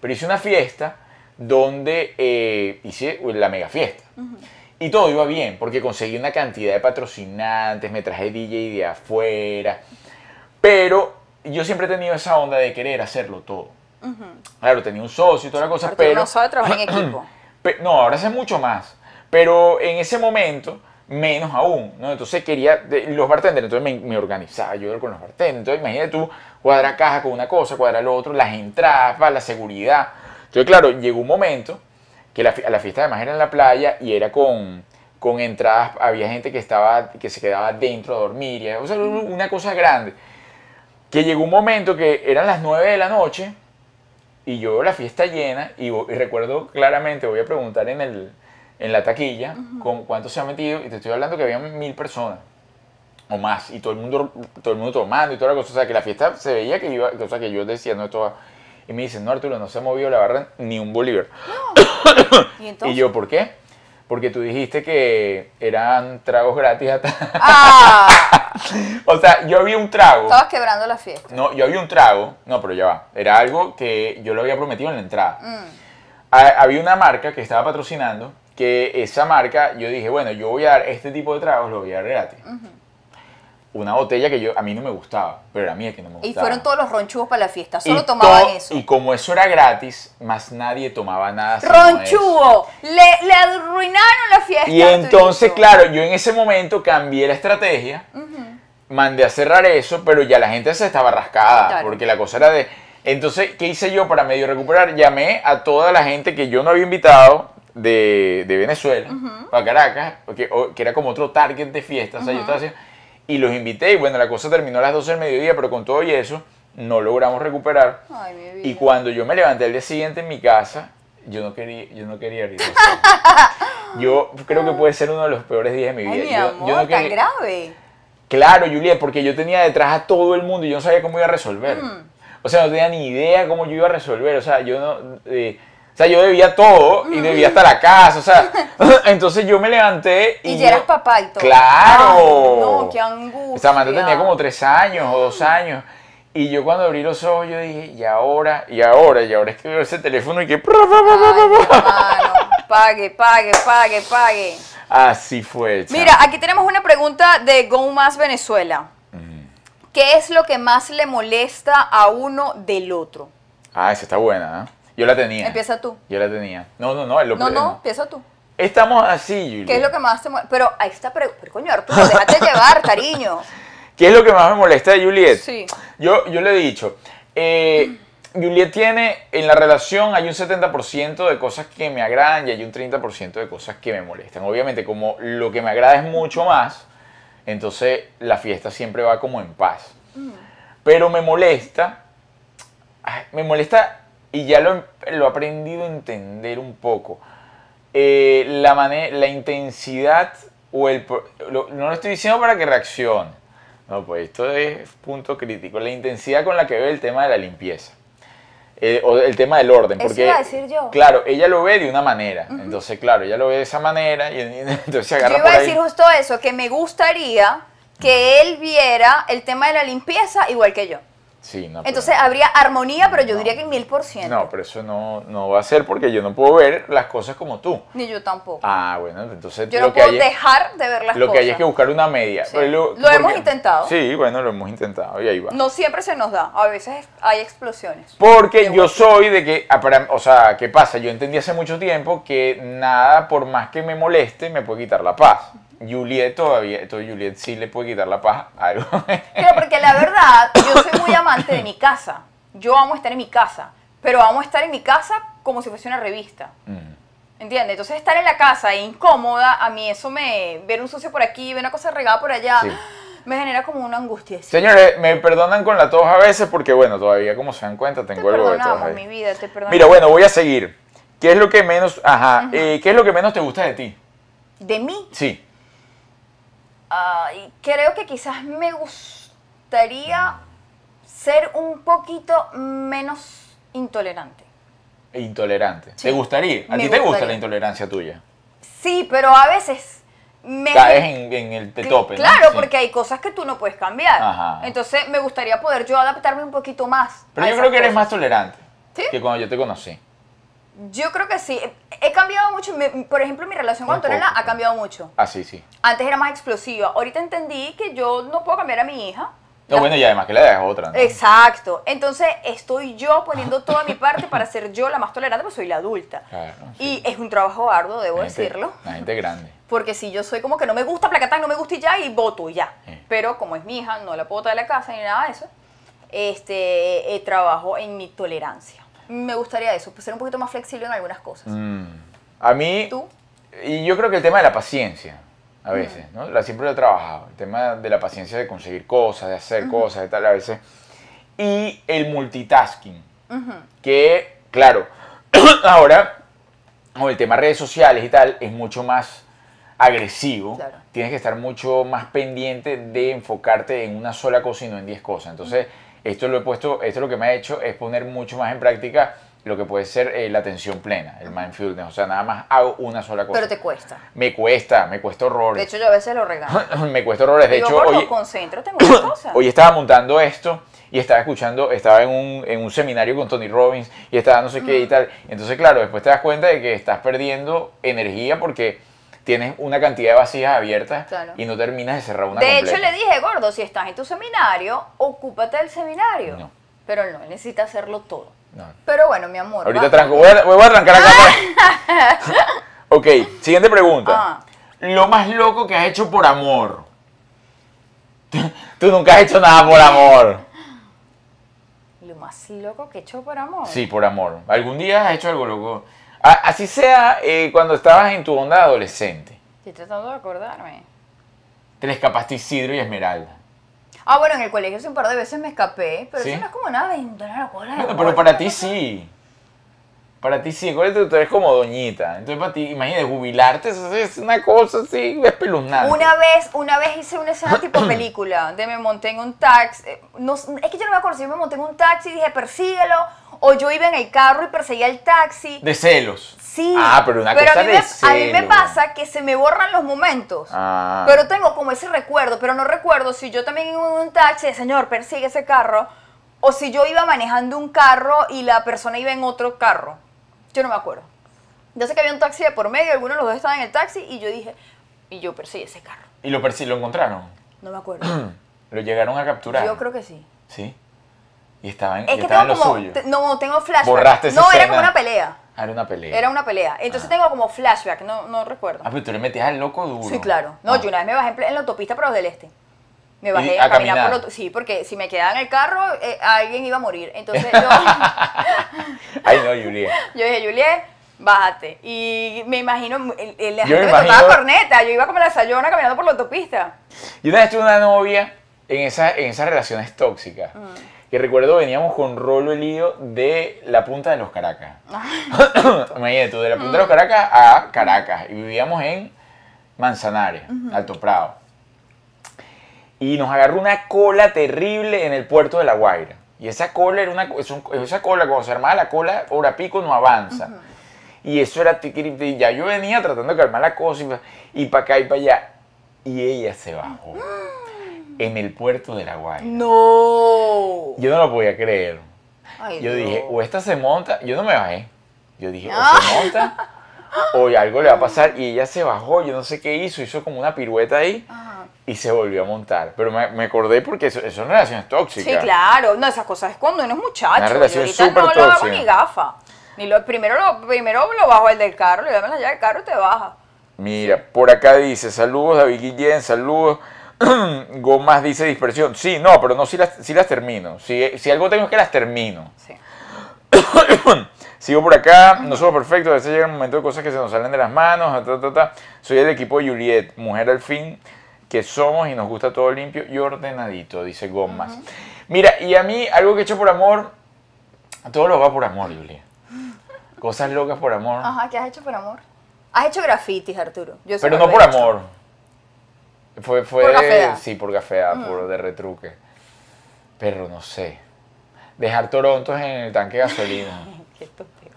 Pero hice una fiesta donde eh, hice la mega fiesta. Y todo iba bien, porque conseguí una cantidad de patrocinantes, me traje DJ de afuera. Pero yo siempre he tenido esa onda de querer hacerlo todo. Claro, tenía un socio y toda la cosa, Porque pero... uno sabe trabajar en equipo. Pe- no, ahora sé mucho más. Pero en ese momento, menos aún. ¿no? Entonces quería de- los bartenders. Entonces me, me organizaba yo con los bartenders. Entonces imagínate tú, cuadra caja con una cosa, cuadra lo otro, las entradas, para la seguridad. Entonces, claro, llegó un momento que la, fi- la fiesta además era en la playa y era con, con entradas. Había gente que, estaba, que se quedaba dentro a dormir. y- o sea, era un- una cosa grande. Que llegó un momento que eran las 9 de la noche y yo veo la fiesta llena y, vo- y recuerdo claramente, voy a preguntar en, el, en la taquilla con cuánto se ha metido y te estoy hablando que había mil personas o más y todo el mundo, todo el mundo tomando y toda la cosa, o sea que la fiesta se veía que iba, o sea que yo decía, no, esto va- Y me dicen, no Arturo, no se ha movido la barra ni un bolívar. Y entonces. Y yo, ¿por qué? Porque tú dijiste que eran tragos gratis. hasta-". ¡Ah! o sea, yo había un trago. Estabas quebrando la fiesta. No, yo había un trago. No, pero ya va. Era algo que yo lo había prometido en la entrada. Mm. Ha- había una marca que estaba patrocinando que esa marca yo dije bueno yo voy a dar este tipo de tragos lo voy a dar gratis una botella que yo a mí no me gustaba pero era mía que no me gustaba Y fueron todos los ronchudos para la fiesta. Solo Y tomaban to- eso. y como eso era gratis más nadie tomaba nada sino eso. ¡Ronchudo! Le, le arruinaron la fiesta. y a tu entonces hijo. claro yo en ese momento cambié la estrategia mandé a cerrar eso pero ya la gente se estaba rascada Claro. porque la cosa era de entonces qué hice yo para medio recuperar llamé a toda la gente que yo no había invitado de, de Venezuela para Caracas porque, o- que era como otro target de fiestas o sea, yo estaba haciendo- y los invité y bueno la cosa terminó a las 12 del mediodía pero con todo y eso no logramos recuperar Ay, mi vida. y cuando yo me levanté el día siguente en mi casa, yo no quería, yo no quería abrir los ojos. Yo creo que puede ser uno de los peores días de mi vida. Ay, mi Yo- yo amor, no tan quería- grave. Claro, Juliet, porque yo tenía detrás a todo el mundo y yo no sabía cómo iba a resolver. Mm. O sea, no tenía ni idea cómo yo iba a resolver. O sea, yo no. eh, o sea, yo debía todo Mm. y debía hasta la casa. O sea, entonces yo me levanté y. Y, ya eras yo- papá y todo. ¡Claro! Ay, no, qué angustia. Samantha tenía como tres años o dos años. Y yo cuando abrí los ojos, yo dije, y ahora, y ahora, y ahora es que veo ese teléfono y que... Ay, mi hermano, pague, pague, pague, pague. Así fue. chamo. Mira, aquí tenemos una pregunta de Go Más Venezuela. ¿Qué es lo que más le molesta a uno del otro? Ah, esa está buena, ¿eh? Yo la tenía. Empieza tú. Yo la tenía. No, no, no, él lo No, perdió. no, empieza tú. Estamos así, Julia. ¿Qué es lo que más te molesta? Pero ahí está, pero, pero coño, Arturo, déjate llevar, cariño. ¿Qué es lo que más me molesta de Juliet? Sí. Yo, yo le he dicho, eh, Juliet tiene, en la relación hay un 70% de cosas que me agradan y hay un 30% de cosas que me molestan. Obviamente, como lo que me agrada es mucho más, entonces la fiesta siempre va como en paz. Mm. Pero me molesta, ay, me molesta y ya lo, he- lo he aprendido a entender un poco. eh, la, mane- la intensidad o el... pro- lo- no lo estoy diciendo para que reaccione. No, pues esto es punto crítico. La intensidad con la que ve el tema de la limpieza. eh, o el tema del orden. Eso Porque, iba a decir yo. Claro, ella lo ve de una manera. Entonces, claro, ella lo ve de esa manera y entonces se agarra Yo iba por a ahí. decir justo eso, que me gustaría que él viera el tema de la limpieza igual que yo. Sí, no, pero- Entonces habría armonía, pero yo No. diría que en mil por ciento. No, pero eso no, no va a ser porque yo no puedo ver las cosas como tú. Ni yo tampoco. Ah, bueno, entonces yo lo, no que puedo hay, es- dejar de ver las lo cosas. que hay es que buscar una media. Sí. Pero Lo hemos intentado. Sí, bueno, lo hemos intentado y ahí va. No siempre se nos da, a veces hay explosiones. Porque De yo soy de que, ah, para- o sea, ¿qué pasa? Yo entendí hace mucho tiempo que nada, por más que me moleste, me puede quitar la paz. Juliet todavía, entonces Juliet sí le puede quitar la paz a algo. Pero porque la verdad, yo soy muy amante de mi casa. Yo amo estar en mi casa, pero amo estar en mi casa como si fuese una revista. Mm. ¿Entiendes? Entonces estar en la casa e incómoda, a mí eso me... Ver un sucio por aquí, ver una cosa regada por allá, Sí. me genera como una angustia. Señores, me perdonan con la tos a veces porque, bueno, todavía como se dan cuenta te tengo algo de tos perdonamos, ahí. mi vida, te perdonamos. Mira, bueno, voy a seguir. ¿Qué es lo que menos, ajá, eh, qué es lo que menos te gusta de ti? De mí, Sí. ay, creo que quizás me gustaría ser un poquito menos intolerante. E Intolerante. Sí. ¿Te gustaría? ¿A Me ti te gusta gustaría. la intolerancia tuya? Sí, pero a veces me... Caes en, en el te Cl- tope. ¿no? Claro, Sí. porque hay cosas que tú no puedes cambiar. Ajá. Entonces me gustaría poder yo adaptarme un poquito más. Pero a yo esas creo que eres más cosas. tolerante ¿Sí? que cuando yo te conocí. Yo creo que sí. He cambiado mucho. Me- Por ejemplo, mi relación con Un poco. Antonella ha cambiado mucho. Ah, sí, sí. Antes era más explosiva. Ahorita entendí que yo no puedo cambiar a mi hija. No, La- Ah, bueno, y además que la dejas otra. ¿no? Exacto. Entonces estoy yo poniendo toda mi parte para ser yo la más tolerante, pues soy la adulta. Claro, Y es un trabajo arduo, debo La gente- decirlo. La gente grande. Porque si yo soy como que no me gusta placatán, no me gusta y ya, y voto y ya. Sí. Pero como es mi hija, no la puedo traer a la casa ni nada de eso. Este, eh, trabajo en mi tolerancia. Me gustaría eso, pues ser un poquito más flexible en algunas cosas. Mm. A mí. ¿Tú? Mm. Y yo creo que el tema de la paciencia, a veces, ¿no? La, siempre lo he trabajado. El tema de la paciencia de conseguir cosas, de hacer cosas, de tal, a veces. Y el multitasking. Que, claro, ahora, con el tema de redes sociales y tal, es mucho más agresivo. Claro. Tienes que estar mucho más pendiente de enfocarte en una sola cosa y no en 10 cosas. Entonces, esto lo he puesto, esto lo que me ha hecho es poner mucho más en práctica lo que puede ser eh, la atención plena, el mindfulness. O sea, nada más hago una sola cosa. Pero te cuesta. Me cuesta, me cuesta De horrores. hecho, yo a veces lo regalo. me cuesta horrores. De Digo, hecho, gordo, hoy, concéntrate en una cosa. hoy estaba montando esto y estaba escuchando, estaba en un, en un seminario con Tony Robbins y estaba no sé qué y tal. Entonces, claro, después te das cuenta de que estás perdiendo energía porque tienes una cantidad de vacías abiertas Claro. y no terminas de cerrar una de hecho, completa. le dije, gordo, si estás en tu seminario, ocúpate del seminario. No. Pero no, él necesita hacerlo todo. No. Pero bueno, mi amor. Ahorita va- tranco, voy a, voy a arrancar acá. para- ok, siguiente pregunta. Ah. Lo más loco que has hecho por amor. Tú nunca has hecho nada por amor. Lo más loco que he hecho por amor. Sí, por amor. ¿Algún día has hecho algo loco? A- Así sea eh, cuando estabas en tu onda adolescente. Estoy tratando de acordarme. Te le escapaste a Isidro y Esmeralda. Ah, bueno, en el colegio sí un par de veces me escapé, pero ¿Sí? eso no es como nada de inventar la cola. de Bueno, amor. pero para ti sí. Para ti sí. Acuérdate que tú eres como doñita. Entonces para ti, imagínate, jubilarte eso es una cosa así espeluznante. Una vez, una vez hice una escena tipo película, de me monté en un taxi, eh, no s- es que yo no me acuerdo si me monté en un taxi y dije persíguelo, o yo iba en el carro y perseguía el taxi. De celos. Sí, Ah, pero una a cosa mí de me, a mí me celo. pasa que se me borran los momentos. Ah. Pero tengo como ese recuerdo, pero no recuerdo si yo también iba en un taxi, señor, persigue ese carro, o si yo iba manejando un carro y la persona iba en otro carro. Yo no me acuerdo. Yo sé que había un taxi de por medio, algunos de los dos estaban en el taxi y yo dije, y yo persigue ese carro. ¿Y lo, persi- lo encontraron? Hmm. No me acuerdo. Lo llegaron a capturar. yo creo que sí. Sí. Y estaban, Es y que estaba en tengo lo como, suyo. te- no, tengo flashback. Borraste esa No, era escena. como una pelea. Ah, era una pelea. Era una pelea. Entonces tengo como flashback, no, no recuerdo. Ah, pero tú le metías al loco duro. Sí, claro. No, Ah. yo una vez me bajé en ple- en la autopista, pero del este. Me bajé Y- a, a caminar, caminar. por la auto- Sí, porque si me quedaba en el carro, eh, alguien iba a morir. Entonces yo, Ay, no, Juliet. yo dije, Juliet, bájate. Y me imagino, el- el- la Yo me gente me imagino- tocaba corneta. Yo iba como la sayona caminando por la autopista. Yo una vez tuve una novia en, esa, en esas relaciones tóxicas. Que recuerdo veníamos con Rolo el lío de la punta de los Caracas. Imagínate tú, de la punta de los Caracas a Caracas. Y vivíamos en Manzanares, Alto Prado. Y nos agarró una cola terrible en el puerto de La Guaira. Y esa cola era una. co- es un- Esa cola, cuando se armaba la cola, hora pico no avanza. Y eso era tiquiriti. Y ya yo venía tratando de calmar la cosa y, pa- y para acá y para allá. Y ella se bajó. en el puerto de La Guaira. No. Yo no lo podía creer. Ay, Yo no. dije, o esta se monta, yo no me bajé. Yo dije, Ah. o se monta, o algo le va a pasar. Y ella se bajó, yo no sé qué hizo, hizo como una pirueta ahí Ajá. y se volvió a montar. Pero me, me acordé porque eso, eso son relaciones tóxicas. Sí, claro. No, esas cosas es cuando uno es muchacho. Una Yo relación ahorita súper no lo hago tóxica. ni gafa. Ni lo, primero, lo, primero lo bajo el del carro, le damos la llave del carro y te baja. Mira, por acá dice, saludos David Guillén, saludos. Gomas dice dispersión. Sí, no, pero no, si las, sí las termino. Si, si algo tengo es que las termino. Sí. Sigo por acá, no somos perfectos, a veces llega el momento de cosas que se nos salen de las manos, ta, ta, ta. soy del equipo de Juliet, mujer al fin, que somos y nos gusta todo limpio y ordenadito, dice Gomas. Mira, y a mí algo que he hecho por amor, todo lo va por amor, Juliet. Cosas locas por amor, Ajá, ¿qué has hecho por amor? Has hecho grafitis, Arturo. pero Yo sé no lo por he hecho. amor. Fue, fue Por Mm. gafeda. sí, por gafea, por de retruque. Pero no sé. Dejar torontos en el tanque de gasolina. Qué estúpido.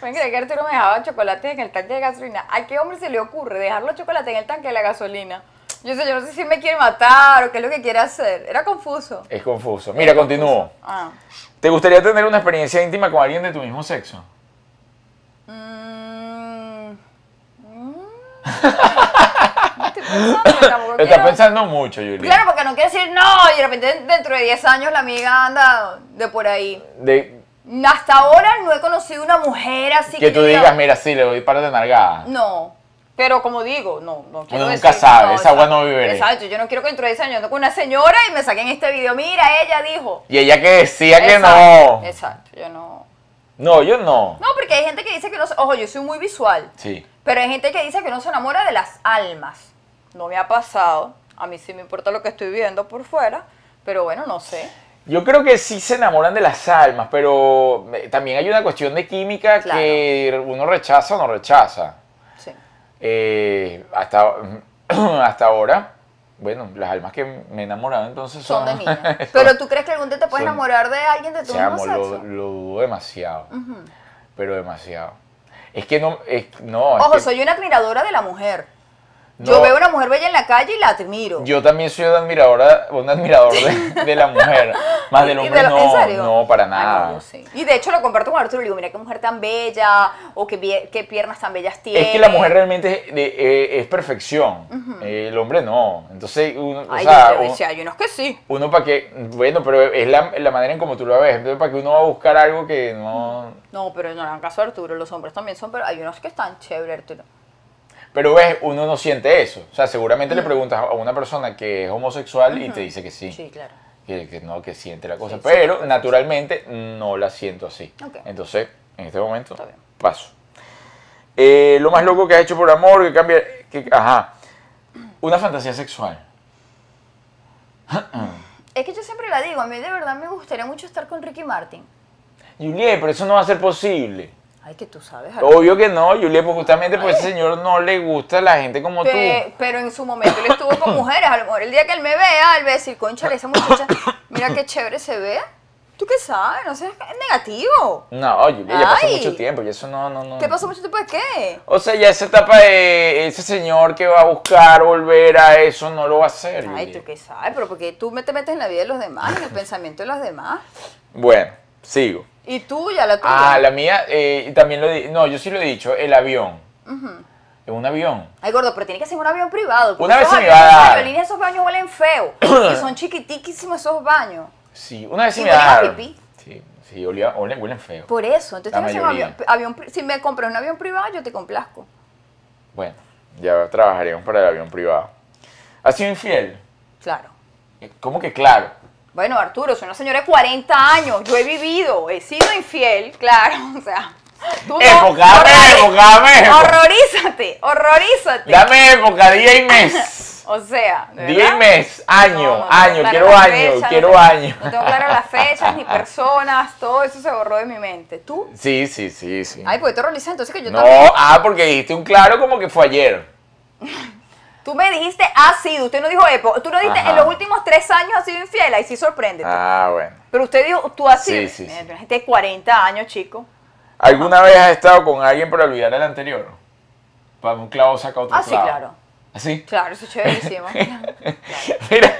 Pueden creer que Arturo me dejaba chocolate en el tanque de gasolina. ¿A qué hombre se le ocurre dejar los chocolates en el tanque de la gasolina? Yo, sé, yo no sé si me quiere matar o qué es lo que quiere hacer. Era confuso. Es confuso. Mira, continúo. Ah. ¿Te gustaría tener una experiencia íntima con alguien de tu mismo sexo? Mm. Mm. No estoy pensando, Lo tampoco estás quiero- pensando mucho, Julia. Mm. Claro, porque no quiere decir no, y de repente dentro de 10 años la amiga anda de por ahí. De Hasta ahora no he conocido una mujer así que tú yo diga, digas, mira, sí, le doy par de nalgadas. No. Pero como digo, no, no quiero nunca decir- sabe, esa exacto. agua no beberé. Exacto, yo no quiero que dentro de 10 años ande con una señora y me saquen este video. Mira, ella dijo. Y ella que decía que Exacto, no. Exacto, yo no. No, yo no. No, porque hay gente que dice que no. se- Ojo, yo soy muy visual. Sí. Pero hay gente que dice que no se enamora de las almas. No me ha pasado. A mí sí me importa lo que estoy viendo por fuera. Pero bueno, no sé. Yo creo que sí se enamoran de las almas, pero eh, también hay una cuestión de química Claro. que uno rechaza o no rechaza. Sí. Eh, hasta, hasta ahora, bueno, las almas que me he enamorado entonces Son son... de niña. Pero tú crees que algún día te puedes Son- enamorar de alguien de tu mismo Chamo, sexo. lo, lo dudo demasiado. Ujú. pero demasiado. Es que no, es, no, es Ojo, que soy una admiradora de la mujer. Yo no, veo una mujer bella en la calle y la admiro. yo también soy una admiradora, un admirador de, de la mujer, más ah, del Y de hombre lo- ¿en no, serio? no para Ah, no, nada. yo sí. Y de hecho lo comparto con Arturo. Le digo, mira qué mujer tan bella, o qué, pie- qué piernas tan bellas tiene. Es que la mujer realmente es, de- eh, es perfección, eh, el hombre no. Entonces, uno, o Ay, sea, yo te uno, decía, hay unos que sí. para que, bueno, pero es la, la manera en como tú lo ves, entonces para que uno va a buscar algo que no... No, pero no le hagan caso a Arturo. Los hombres también son, pero hay unos que están chévere, Arturo. Pero ves, uno no siente eso. O sea, seguramente le preguntas a una persona que es homosexual y te dice que sí. Sí, claro. que, que no, que siente la cosa. Sí, pero naturalmente no la siento así. Ok. Entonces, en este momento, Está bien. paso. Eh, lo más loco que has hecho por amor, que cambia. Que, ajá. Una fantasía sexual. Es que yo siempre la digo, a mí de verdad me gustaría mucho estar con Ricky Martin. Juliet, pero eso no va a ser posible. Ay, que tú sabes, Arturo. Obvio que no, Juliet, pues justamente pues ese señor no le gusta a la gente como tú. Pe- pero en su momento él estuvo con mujeres. A lo mejor el día que él me vea, él va a decir, concha, esa muchacha, mira qué chévere se ve. ¿Tú qué sabes? No seas negativo. No, Juliet, ya pasó Ay. mucho tiempo y eso no, no, no. ¿Qué pasó mucho tiempo de qué? O sea, ya esa etapa de ese señor que va a buscar volver a eso no lo va a hacer. Ay, Juliet. tú qué sabes, pero porque tú me- te metes en la vida de los demás, en el pensamiento de los demás. Bueno, sigo. Y tú ya la tuya. Ah, la mía, eh, también lo di- No, yo sí lo he dicho, el avión. En un avión. Ay, gordo, pero tiene que ser un avión privado. porque Una vez esos se me va a aviones, dar. esas aerolíneas, esos baños huelen feo. y son chiquitiquísimos esos baños. Sí, una vez sí Y me huelen a daron. pipí. Sí, sí, olía, olía- huelen feo. Por eso, entonces La tiene que ser un avión, mayoría. avión pri- Si me compras un avión privado, yo te complazco. Bueno, ya trabajaremos para el avión privado. ¿Has sido infiel? Claro. ¿Cómo que claro? Bueno, Arturo, soy una señora de 40 años. Yo he vivido, he sido infiel, claro. O sea, tú Enfocame, enfocame. Horrorízate, horrorízate. Dame época, día y mes. O sea, ¿de Día verdad? y mes, año, No, no tengo año, claras quiero las año, fechas, quiero no tengo- año. No tengo claras las fechas, ni personas, todo eso se borró de mi mente. ¿Tú? Sí, sí, sí, sí. Ay, pues tú horrorizas, entonces que yo no, también. ah, porque dijiste un claro como que fue ayer. Tú me dijiste ha sido, usted no dijo epo, tú no dijiste Ajá. en los últimos tres años ha sido infiel, ahí sí sorprende. Ah, bueno. Pero usted dijo, tú has sido. Sí, sí, Mira, sí. tú eres gente de 40 años, chico. ¿Alguna vez has estado con alguien para olvidar el anterior? Para un clavo saca otro Ah, sí, clavo. claro. Así. Claro, eso es chéverísimo. Claro. Mira.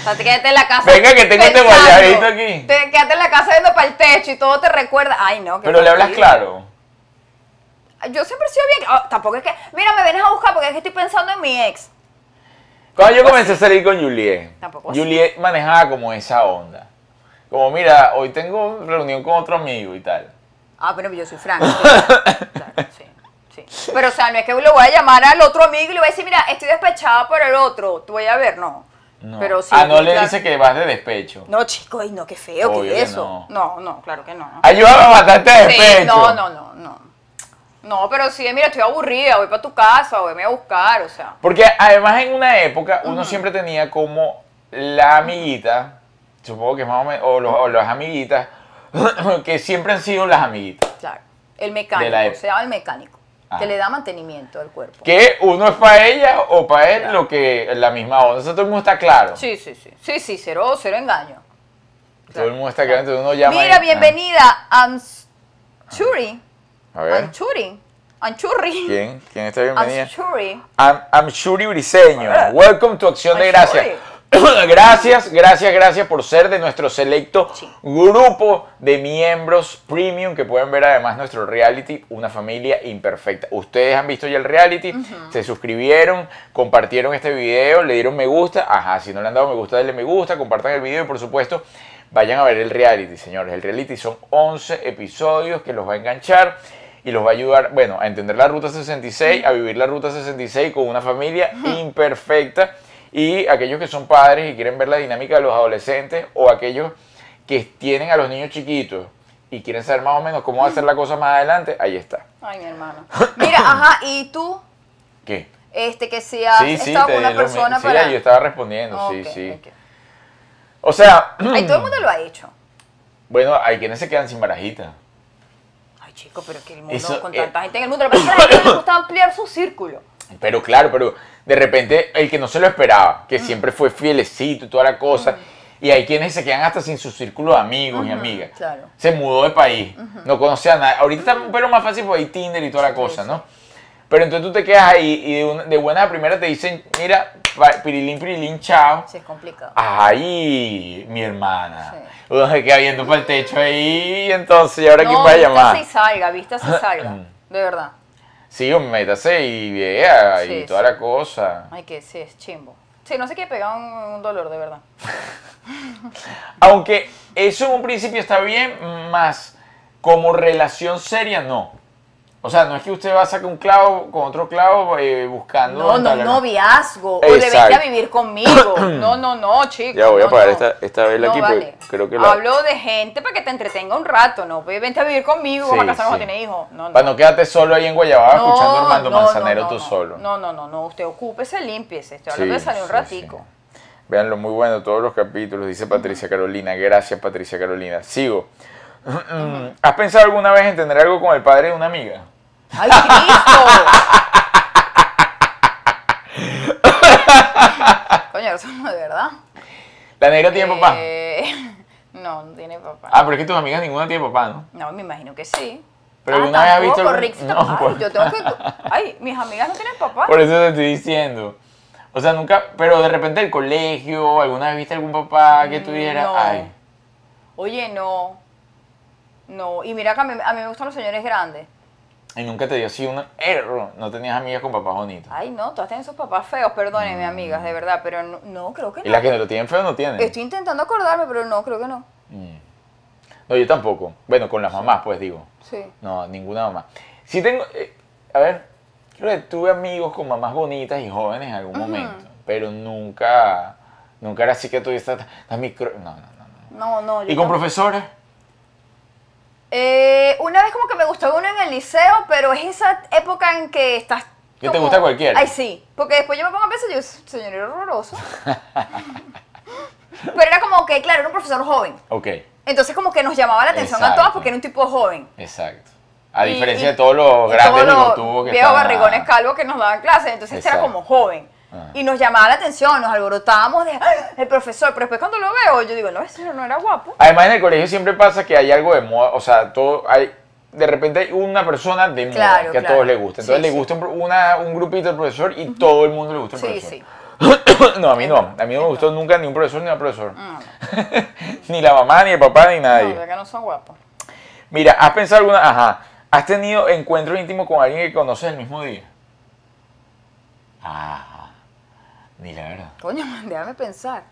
O sea, te quedaste en la casa. Venga, que tengo este pensando. guayabito aquí. Te quedaste en la casa viendo para el techo y todo te recuerda. Ay, no. qué Pero le hablas fastidio. claro. Yo siempre he sido bien. ah, tampoco es que. Mira, me vienes a buscar porque es que estoy pensando en mi ex. Cuando yo comencé a salir con Juliet, Pues Tampoco así. Juliet manejaba como esa onda. Como, mira, hoy tengo reunión con otro amigo y tal. Ah, bueno, yo soy franca. sí. Claro, sí, sí. Pero, o sea, no es que lo voy a llamar al otro amigo y le voy a decir, mira, estoy despechada por el otro. Tú voy a ver, no. No. Pero sí. ah, no le claro. dice que vas de despecho. No, chico, ay, no, qué feo, Obvio qué que es eso. No. no, claro que no. Ayúdame a matarte de Sí, despecho. no, no, no, no. No, pero sí, mira, estoy aburrida, voy para tu casa, voy me voy a buscar, o sea. Porque además en una época uno siempre tenía como la amiguita, supongo que más o menos, o, los- o las amiguitas, que siempre han sido las amiguitas. Claro. El De la Ah. mecánico, época. se llama el mecánico, Ajá. que le da mantenimiento al cuerpo. Que uno es para ella o para él lo que la misma onda. Eso todo el mundo está claro. Sí, sí, sí. Sí, sí, cero, cero engaño. Todo el mundo está claro, entonces uno llama. Mira, y- bienvenida Amchuri. Ah. A ver. Anchuri. Anchurri. ¿Quién? ¿Quién está bienvenida? Anchuri. Am, Amshuri Briseño. Hola. Welcome to Acción de Gracias. gracias, gracias, gracias por ser de nuestro selecto Sí. grupo de miembros premium que pueden ver además nuestro reality, Una Familia Imperfecta. Ustedes han visto ya el reality, se suscribieron, compartieron este video, le dieron me gusta. Ajá, si no le han dado me gusta, denle me gusta, compartan el video y por supuesto vayan a ver el reality, señores. El reality son 11 episodios que los va a enganchar y los va a ayudar, bueno, a entender la Ruta 66, a vivir la Ruta 66 con una familia imperfecta y aquellos que son padres y quieren ver la dinámica de los adolescentes o aquellos que tienen a los niños chiquitos y quieren saber más o menos cómo va a ser la cosa más adelante, ahí está. Ay, mi hermano. Mira, ajá, y tú, ¿Qué? este, que si has sí, sí, estado te con una di los me- persona sí, para. ahí yo estaba respondiendo, Ok, sí, sí. ok. O sea, Ay, todo el mundo lo ha hecho. bueno, hay quienes se quedan sin barajita. Ay, chico, pero es que el mundo, Eso, con eh. tanta gente en el mundo, lo que pasa es que a la gente le gusta ampliar su círculo. Pero claro, pero de repente el que no se lo esperaba, Mm. que siempre fue fielecito y toda la cosa, y hay quienes se quedan hasta sin su círculo de amigos y amigas. claro. Mm. Se mudó de país, no conocía a nadie. Ahorita está un pelo más fácil porque hay Tinder y toda la cosa, sí. ¿no? Pero entonces tú te quedas ahí y de, una- de buenas a primeras te dicen, mira, pa- pirilín, pirilín, chao. Sí, es complicado. Ay, mi hermana. Sí. Uno se queda viendo para el techo ahí, y entonces, ¿y ahora quién no, va a vista llamar? Mm. sí salga, vista sí salga. De verdad. Sí, o métase y vea y Sí, toda sí. la cosa. Ay, que sí, es chimbo. Sí, no sé qué pegaba un, un dolor, de verdad. Aunque eso en un principio está bien, más como relación seria, no. O sea, no es que usted va a sacar un clavo con otro clavo eh, buscando. No, no, entablar- noviazgo. O le vente a Exacto. vivir conmigo. No, no, no, chico. Ya voy a no, apagar no. esta- esta vela No, aquí, porque vale. creo que la- Hablo de gente para que te entretenga un rato, ¿no? Ve, Vente a vivir conmigo, Sí, vamos a casarnos, sí. a tener hijos. No, no. Para no quedarte solo ahí en Guayababa escuchando a Armando no, no, Manzanero no, tú no. solo. No, no, no, no. Usted ocúpese, límpiese. Estoy hablando de salir un sí, ratico. sí. Véanlo, muy bueno todos los capítulos, dice Patricia Carolina. Gracias, Patricia Carolina. Sigo. ¿Has pensado alguna vez en tener algo con el padre de una amiga? ¡Ay, Cristo! Coño, eso no es verdad. La negra tiene papá. Eh, no, no tiene papá. Ah, pero es que tus amigas ninguna tiene papá, ¿no? No, me imagino que sí. Pero Ah, alguna vez has visto tampoco, algún- Rick, sí, No, tampoco. Ay, por- yo tengo que... Ay, mis amigas no tienen papá. Por eso te estoy diciendo. O sea, nunca, pero de repente el colegio, alguna vez viste algún papá que tuviera, Mm, No. ay, Oye, no. No, y mira que a mí, a mí me gustan los señores grandes. y nunca te dio así un error, no tenías amigas con papás bonitos. Ay, no, todas tienen sus papás feos, perdónenme, amigas, de verdad, pero no, no, creo que Mm. Y no. las que no lo tienen feo no tienen. Estoy intentando acordarme, pero no, creo que no. No, yo tampoco. Bueno, con las mamás, pues digo. Sí. No, ninguna mamá. Sí tengo, eh, a ver, creo que tuve amigos con mamás bonitas y jóvenes en algún momento, pero nunca, nunca era así que tú estás, estás micro, no, no, no. no. No, no. yo ¿Y con tampoco. profesoras? Eh, una vez como que me gustó uno en el liceo, pero es esa época en que estás... Que te como- gusta cualquiera. Ay, sí. Porque después yo me pongo a pensar, yo, señor, era horroroso. pero era como que, claro, era un profesor joven. Ok, Entonces como que nos llamaba la atención a todas Exacto. porque era un tipo joven. exacto. A Y- diferencia y- de todos los y grandes todos los bigotubos que viejos están- barrigones calvos que nos daban clases, entonces este era Exacto. Ah. como joven. Ajá. Y nos llamaba la atención, nos alborotábamos de "Ah, el profesor, pero después cuando lo veo, yo digo, no, ese no era guapo. Además en el colegio siempre pasa que hay algo de moda, o sea, todo hay de repente hay una persona de moda Claro, que a claro. todos les gusta. Entonces Sí, le sí. gusta un, una- un grupito del profesor y todo el mundo le gusta el Sí, profesor. sí. no, a mí no. A mí no me gustó nunca ni un profesor ni una profesor. ni la mamá, ni el papá, ni Ah, No, nadie. de que no son guapos. Mira, ¿has pensado alguna? Ajá. ¿Has tenido encuentro íntimo con alguien que conoces el mismo día? Ah, ni la verdad. Coño, man, déjame pensar.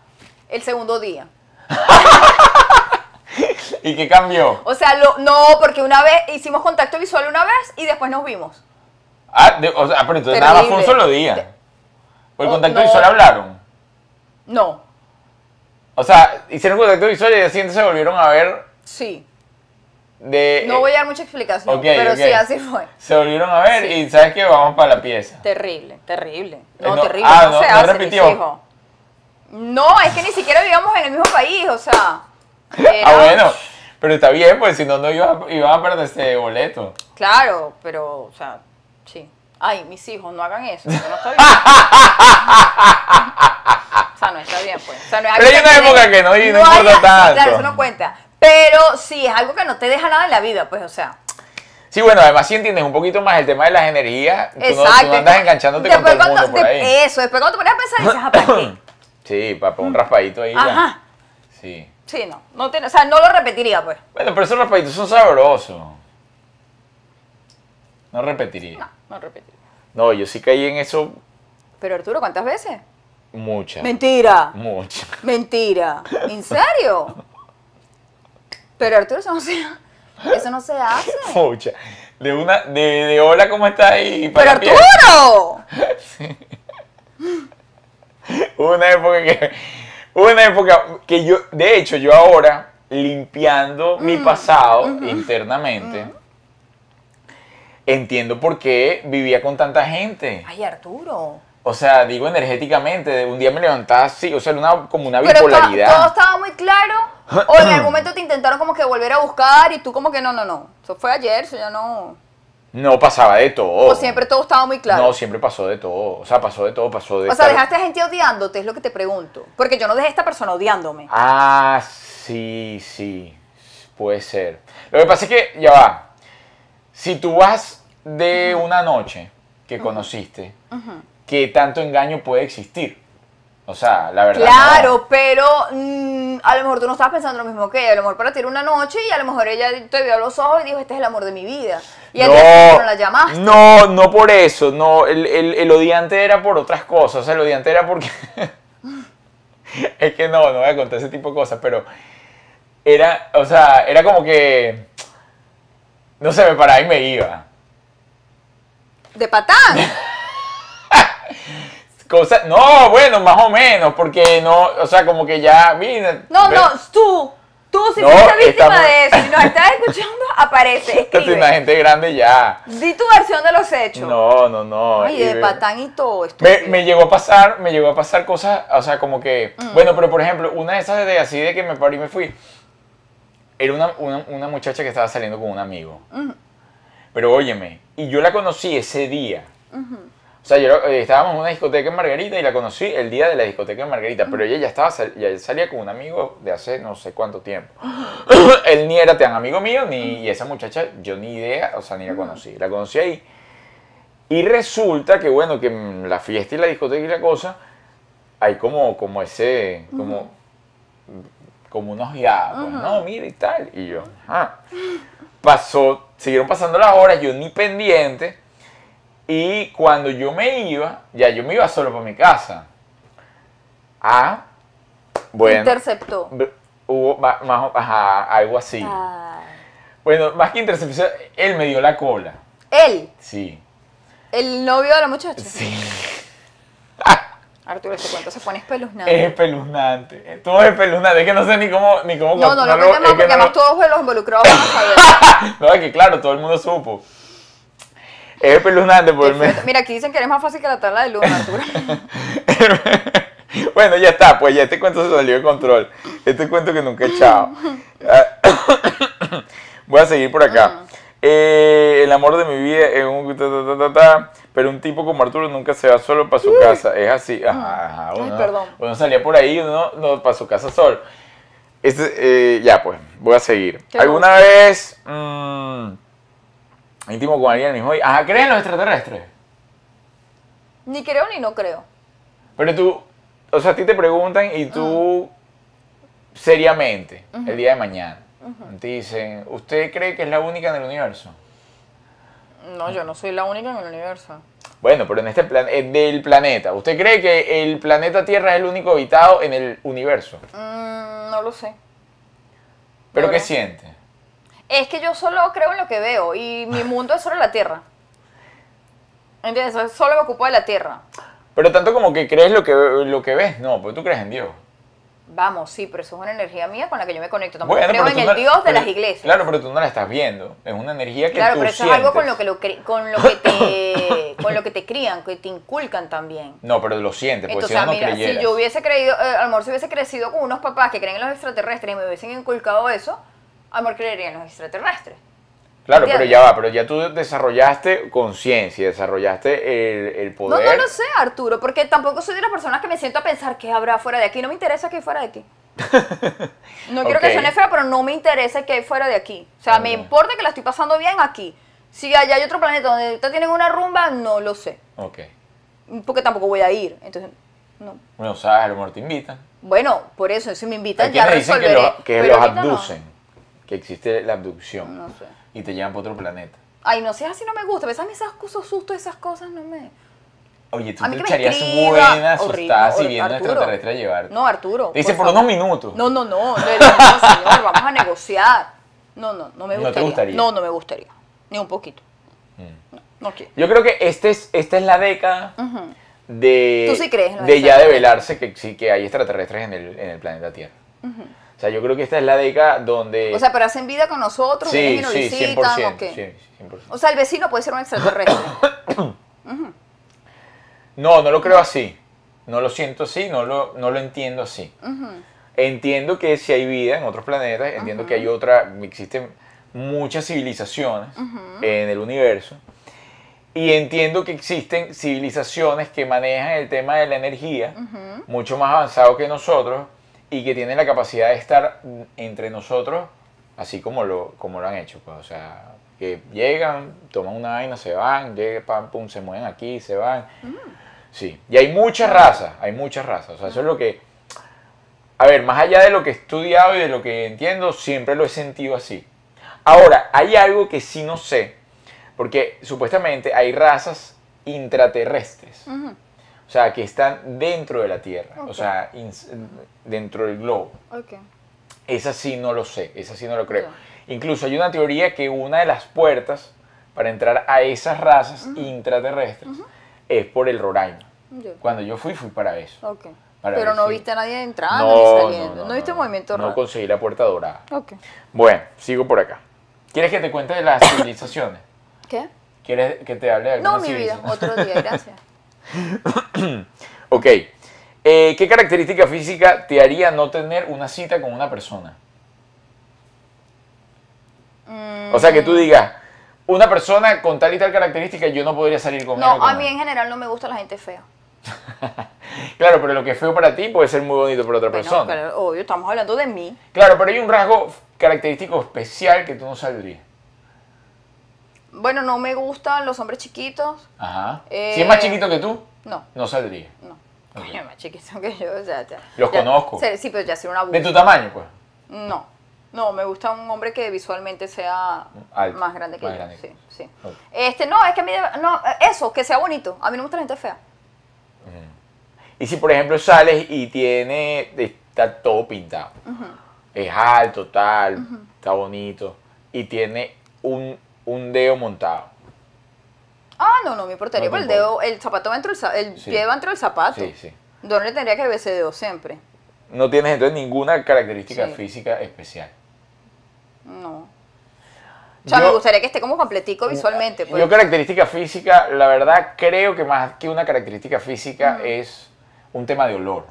El segundo día. ¿Y qué cambió? O sea, lo, no, porque una vez hicimos contacto visual una vez y después nos vimos. Ah, de- o sea, pero entonces nada más fue un Terrible. solo día. Por el Oh, contacto no. visual hablaron. No, O sea, hicieron contacto visual y al día siguiente se volvieron a ver sí. de... eh, No voy a dar mucha explicación, Ok, pero ok. sí, así fue. Se volvieron a ver y ¿sabes qué? Vamos para la pieza. Ah, Terrible, terrible. Eh, No, no, terrible. ah, no, no, se no hace, repitió. mis hijos. No, es que ni siquiera vivíamos en el mismo país, o sea. era- Ah, bueno. Pero está bien, pues si no, no ibas iba a perder este boleto. Claro, pero, o sea, sí. Ay, mis hijos, no hagan eso, que no está bien. o sea, no está bien, pues. O sea, no es Pero algo hay una te época deja- que no- y no importa hay- sí, tanto. Claro, eso no cuenta. Pero sí, es algo que no te deja nada en la vida, pues, o sea. Sí, bueno, además si entiendes un poquito más el tema de las energías, tú no- tú no, andas enganchándote con todo Después el mundo cuando- por de- ahí. Eso, después cuando te pones a pensar, dices, ah, ¿para qué? Sí, para un raspadito ahí Ajá. ya. Sí. Sí, no. no tiene- o sea, no lo repetiría, pues. Bueno, pero esos raspaditos son sabrosos. No repetiría. No, no repetiría. No, yo sí caí en eso Pero Arturo, ¿cuántas veces? muchas. Mentira. Muchas. Mentira. ¿En serio? Pero Arturo, eso no se, eso no se hace. Muchas. De una, de, de hola, ¿cómo estás? ahí? ¡Pero para la pieza. Arturo! Hubo una época que. hubo Una época que yo. De hecho, yo ahora, limpiando mi Mm, pasado internamente, entiendo por qué vivía con tanta gente. Ay, Arturo. O sea, digo energéticamente, de un día me levantaba así, o sea, era una, como una Pero to- bipolaridad. todo estaba muy claro. O en algún momento te intentaron como que volver a buscar y tú como que no, no, no. Eso fue ayer, eso ya no. No pasaba de todo. O siempre todo estaba muy claro. No, siempre pasó de todo. O sea, pasó de todo, pasó de o sea, estar- dejaste a gente odiándote, es lo que te pregunto. Porque yo no dejé a esta persona odiándome. Ah, sí, sí. Puede ser. Lo que pasa es que, ya va. Si tú vas de una noche que conociste, ¿qué tanto engaño puede existir? O sea, la verdad. Claro, no. pero mm, a lo mejor tú no estabas pensando lo mismo que ella. A lo mejor para ti era una noche y a lo mejor ella te vio a los ojos y dijo, este es el amor de mi vida. Y al día siguiente no la llamaste. No, no por eso. No, el, el, el odiante era por otras cosas. O sea, el odiante era porque. es que no, no voy a contar ese tipo de cosas, pero. Era, o sea, era como que. No se me paraba y me iba. De patán. Cosa, no, bueno, más o menos, porque no, o sea, como que ya, mira. No, ve- no, tú. Tú si No, fuiste víctima estamos- de eso y nos estás escuchando, aparece, esta tiene una escribe. gente grande ya. Di tu versión de los hechos. No, no, no. Ay, y de ve- patán y todo esto. Me, me llegó a pasar, me llegó a pasar cosas, o sea, como que, bueno, pero por ejemplo, una de esas de así de que me paré y me fui, era una, una, una muchacha que estaba saliendo con un amigo. Pero óyeme, y yo la conocí ese día. O sea, yo la- eh, estábamos en una discoteca en Margarita y la conocí el día de la discoteca en Margarita, pero ella ya estaba, sal- ya salía con un amigo de hace no sé cuánto tiempo. Él ni era tan amigo mío, ni y esa muchacha, yo ni idea, o sea, ni la conocí. La conocí ahí. Y resulta que, bueno, que mm, la fiesta y la discoteca y la cosa, hay como, como ese, como, como unos ya, pues, no, mira y tal. Y yo, ah. Pasó, siguieron pasando las horas, yo ni pendiente. Y cuando yo me iba, ya yo me iba solo para mi casa. Ah, bueno. Interceptó. b- Hubo ma- más, ajá, algo así. Ah. Ay. Bueno, más que intercepción, él me dio la cola. Él, Sí, el novio de la muchacha. sí. Ah, Arturo, este cuento se pone Es espeluznante. espeluznante. Todo es espeluznante. Es que no sé ni cómo. Ni cómo no, no, no, contarlo, lo más es que porque no además lo- todos los involucrados van a saber. No, es que claro, todo el mundo supo. Es espeluznante por Qué el Pues me- fuerte. Mira, aquí dicen que eres más fácil que la tabla de luna, Arturo. Bueno, ya está, pues ya este cuento se salió de control. Este cuento que nunca he echado. Ah, Voy a seguir por acá. Eh, el amor de mi vida es un. ta, ta, ta, ta, ta, pero un tipo como Arturo nunca se va solo para su casa. Es así. Ajá, ajá, Uh. Ay, uno, perdón. uno salía por ahí, uno no, para su casa solo. Este, eh, ya, pues, voy a seguir. Qué ¿Alguna vez mm, Íntimo con alguien el mismo día. Ajá, ¿crees en los extraterrestres? Ni creo ni no creo. Pero tú, o sea, a ti te preguntan y tú, Ah. seriamente, el día de mañana, te dicen, ¿usted cree que es la única en el universo? No, yo no soy la única en el universo. Bueno, pero en este plan, eh, del planeta, ¿usted cree que el planeta Tierra es el único habitado en el universo? Mm, no lo sé. ¿Pero qué Bueno. siente? Es que yo solo creo en lo que veo y mi mundo es solo la Tierra. ¿Entiendes? Yo Solo me ocupo de la Tierra. Pero tanto como que crees lo que, lo que ves, no, porque tú crees en Dios. Vamos, sí, pero eso es una energía mía con la que yo me conecto. Tampoco Bueno, creo pero en tú el no- Dios de pero- las iglesias. Claro, pero tú no la estás viendo. Es una energía que Claro, tú pero eso es algo con lo que sientes. lo cri- con lo que te con lo que te crían, que te inculcan también. No, pero lo sientes, porque si Entonces, ah, no, no mira, creyeras. si yo hubiese creído, eh, a lo mejor si hubiese crecido con unos papás que creen en los extraterrestres y me hubiesen inculcado eso, a lo mejor creería en los extraterrestres. Claro, pero ¿Entiendes? ya va, pero ya tú desarrollaste conciencia, desarrollaste el, el No, poder. no lo sé, Arturo, porque tampoco soy de las personas que me siento a pensar qué habrá fuera de aquí. No me interesa qué hay fuera de aquí. No quiero Ok. que suene fea, pero no me interesa qué hay fuera de aquí. O sea, me Ok. importa que la estoy pasando bien aquí. Si allá hay otro planeta donde ahorita tienen una rumba, no lo sé. Ok. Porque tampoco voy a ir. Entonces, no. Bueno, sabes, a lo mejor te invitan. Bueno, por eso, si me invitan, Aquí ya me dicen que, resolveré. lo- que pero los ahorita no. abducen, que existe la abducción. No sé. Y te llevan para otro planeta. Ay, no seas así, no me gusta. A veces a mí esas cosas, susto, esas cosas, no me. Oye, tú A te mí que me echarías escriba. buena Horrible, asustada si horrible. viene un Arturo. extraterrestre a llevarte. No, Arturo. te dice por favor. unos minutos. No, no, no, no, no, señor, vamos a negociar. No, no, no me ¿No te gustaría. gustaría? Mm. No, no me gustaría. Ni un poquito. No, no quiero. Yo creo que este es, esta es la década Ujú. de, Tú sí crees en los de ya extraterrestres. develarse que sí que hay extraterrestres en el, en el planeta Tierra. O sea, yo creo que esta es la década donde... O sea, pero hacen vida con nosotros, vienen y Eh. sí, nos sí, visitan, 100%, ¿o qué? sí, 100%. O sea, el vecino puede ser un extraterrestre. No, no lo creo así. No lo siento así, no lo, no lo entiendo así. Entiendo que si hay vida en otros planetas, entiendo que hay otra, existen muchas civilizaciones en el universo. Y entiendo que existen civilizaciones que manejan el tema de la energía mucho más avanzado que nosotros y que tienen la capacidad de estar entre nosotros así como lo, como lo han hecho. pues, o sea, que llegan, toman una vaina, se van, llegan, pam, pum, se mueven aquí, se van. Sí, y hay muchas razas, hay muchas razas. O sea, eso es lo que... A ver, más allá de lo que he estudiado y de lo que entiendo, siempre lo he sentido así. Ahora, hay algo que sí no sé, porque supuestamente hay razas intraterrestres, Ujú. o sea, que están dentro de la Tierra, o Ok. sea, ins- dentro del globo. Ok. Esa sí no lo sé, esa sí no lo creo. Ya. Incluso hay una teoría que una de las puertas para entrar a esas razas intraterrestres es por el Roraima. Ya. Cuando yo fui, fui para eso. Ok. Para pero ver no si- viste a nadie entrando ni saliendo. Ah, No, viste no, movimiento No raro. conseguí la puerta dorada. Ok. Bueno, sigo por acá. ¿Quieres que te cuente de las civilizaciones? ¿Qué? ¿Quieres que te hable de alguna No, mi vida. civilización? Otro día, gracias. Ok. Eh, ¿Qué característica física te haría no tener una cita con una persona? O sea, que Mm. tú digas, una persona con tal y tal característica yo no podría salir con él o No, con a él. mí en general no me gusta la gente fea. Claro, pero lo que es feo para ti puede ser muy bonito para otra Bueno, persona. Claro. claro, obvio, estamos hablando de mí. pero hay un rasgo característico especial que tú no sabrías. Bueno, no me gustan los hombres chiquitos. Ajá. Eh, Si es más chiquito que tú, No, no saldría. no. Coño, más chiquito que yo. O sea, ya- Los ya- conozco. se- Sí, pero ya sería una De abuso. tu tamaño, pues. No, no, me gusta un hombre que visualmente sea Alto, más grande que más yo. grande. Sí, sí. Ok. Este, no, es que a mí, de- no, eso, que sea bonito. A mí no me gusta la gente fea. Y si, por ejemplo, sales y tiene. Está todo pintado. Es alto, tal. Está bonito. Y tiene un, un dedo montado. Ah, no, no me importaría, No te pero el dedo, el zapato va entre el, za- el Sí. pie va entre el zapato. Sí, sí. Donde tendría que ver ese dedo siempre. No tienes entonces ninguna característica Sí. física especial. No. O sea, Yo- me gustaría que esté como completico visualmente. Pues. Yo característica física, la verdad creo que más que una característica física es un tema de olor.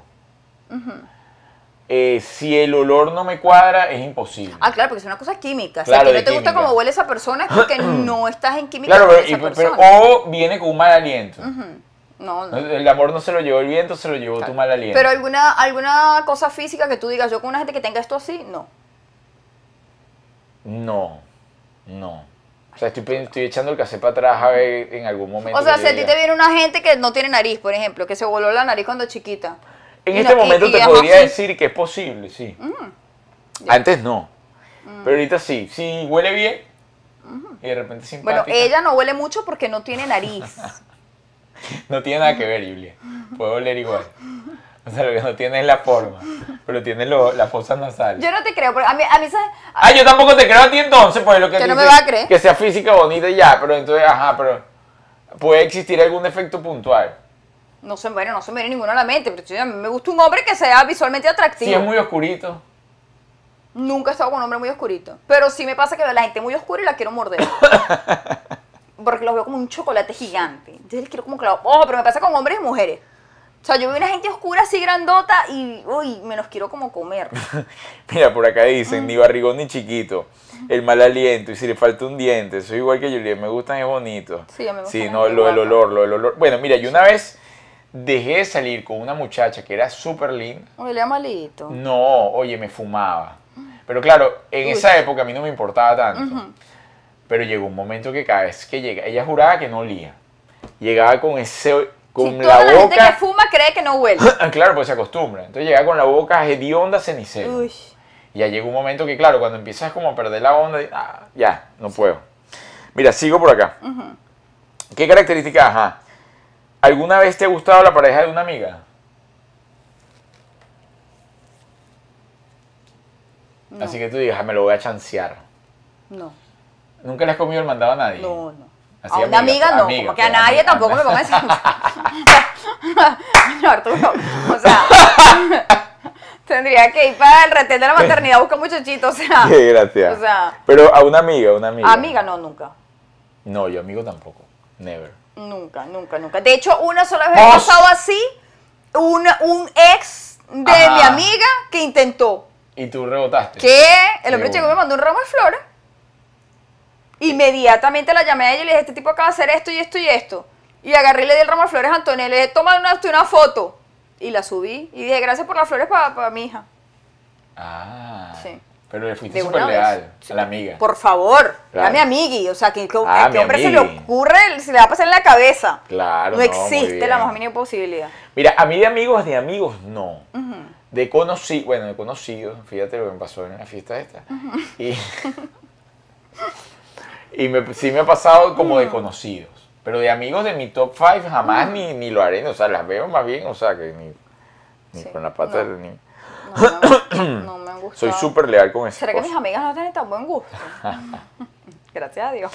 Eh, si el olor no me cuadra, es imposible. Ah, claro, porque es una cosa química. Claro, o sea, que de no te gusta química. cómo huele esa persona es porque no estás en química claro, con pero, esa y- pero- persona. o viene con un mal aliento. no, no. El amor no se lo llevó el viento, se lo llevó tu mal aliento. Pero alguna, alguna cosa física que tú digas, yo con una gente que tenga esto así, no. No, no. O sea, estoy, pen- estoy echando el cassette para atrás a ver en algún momento. O sea, que si a ti llegue. te viene una gente que no tiene nariz, por ejemplo, que se voló la nariz cuando chiquita. En Y este no- y- Mm. momento y te es podría así. decir que es posible, sí. Antes no. Mm. Pero ahorita sí. Sí, huele bien. Y de repente simpática. Bueno, ella no huele mucho porque no tiene nariz. No tiene nada que ver, Julia. Puede oler igual. O sea, lo que no tiene es la forma, pero tiene lo- las fosas nasales. Yo no te creo, porque a mí, a mí ¿sabes? Ah, yo tampoco te creo a ti entonces, pues lo que Que tú no me dices, va a creer. Que sea física bonita y ya, pero entonces, ajá, pero puede existir algún defecto puntual. No se, bueno, no se me viene ninguno a la mente, pero yo- a mí me gusta un hombre que sea visualmente Si atractivo. es muy oscurito. Nunca he estado con un hombre muy oscurito. Pero sí me pasa que veo a la gente muy oscura y la quiero morder. Porque los veo como un chocolate gigante. Entonces les quiero como clavo. Oh, pero me pasa con hombres y mujeres. O sea, yo veo una gente oscura así grandota y, uy, me los quiero como comer. Mira, por acá dicen, ni barrigón ni chiquito, el mal aliento, y si le falta un diente, soy igual que Juliet, me gustan, es bonito. Sí, a mí me Sí, gustan, no, es lo del guapa. olor, lo del olor. Bueno, mira, yo una vez dejé de salir con una muchacha que era súper linda. Huele a malito. No, oye, me fumaba. Pero claro, en Uy. esa época a mí no me importaba tanto. Pero llegó un momento que cada vez que llega, ella juraba que no olía. Llegaba con ese, con si la toda la gente que boca, fuma cree que no huele. claro, pues se acostumbra. Entonces llegaba con la boca hedionda cenicero. Uy. Y ya llega un momento que, claro, cuando empiezas como a perder la onda, y, ah, ya, no puedo. Mira, sigo por acá. ¿Qué características? Ajá. ¿Alguna vez te ha gustado la pareja de una amiga? No, Así que tú digas, "Ah, me lo voy a chancear. no, ¿Nunca le has comido el mandado a nadie? no, no. Así, A una amiga, amiga, no, amiga, como que a pero nadie amiga. tampoco me pongas No, Arturo, o sea, tendría que ir para el retén de la maternidad a buscar muchachitos, o sea, Qué gracia. O sea- Pero a una amiga, una amiga. amiga no, nunca, No, yo amigo tampoco. Never. nunca, nunca, nunca. De hecho, una sola vez me Vos. ha pasado así, una- un ex de Ajá. mi amiga que intentó, ¿Y tú rebotaste? que el Seguro. hombre llegó y me mandó un ramo de flores. Inmediatamente la llamé a ella y le dije, este tipo acaba de hacer esto y esto y esto. Y agarré y le di el ramo de flores a Antonio, le dije, toma una, hazte una foto. Y la subí y dije, gracias por las flores para mi hija. Ah. Sí. Pero le fuiste De súper una vez. leal a la amiga. Por favor, Claro. a mi amigui. O sea, que, que- Ah, a qué mi hombre se amigui. le ocurre, se le va a pasar en la cabeza. Claro, No, no, muy existe la bien. más mínima posibilidad. Mira, a mí de amigos, de amigos no. De conocidos, bueno, de conocidos, fíjate lo que me pasó en la fiesta esta. Y, y me- sí me ha pasado como Ah. de conocidos. Pero de amigos de mi top 5 jamás ni, ni lo haré. O sea, las veo más bien, o sea, que ni, ni Sí, con la pata no. del ni- No, me han- no me han gustado. Soy súper leal con eso. ¿Será que mis amigas no tienen tan buen gusto? gracias a Dios.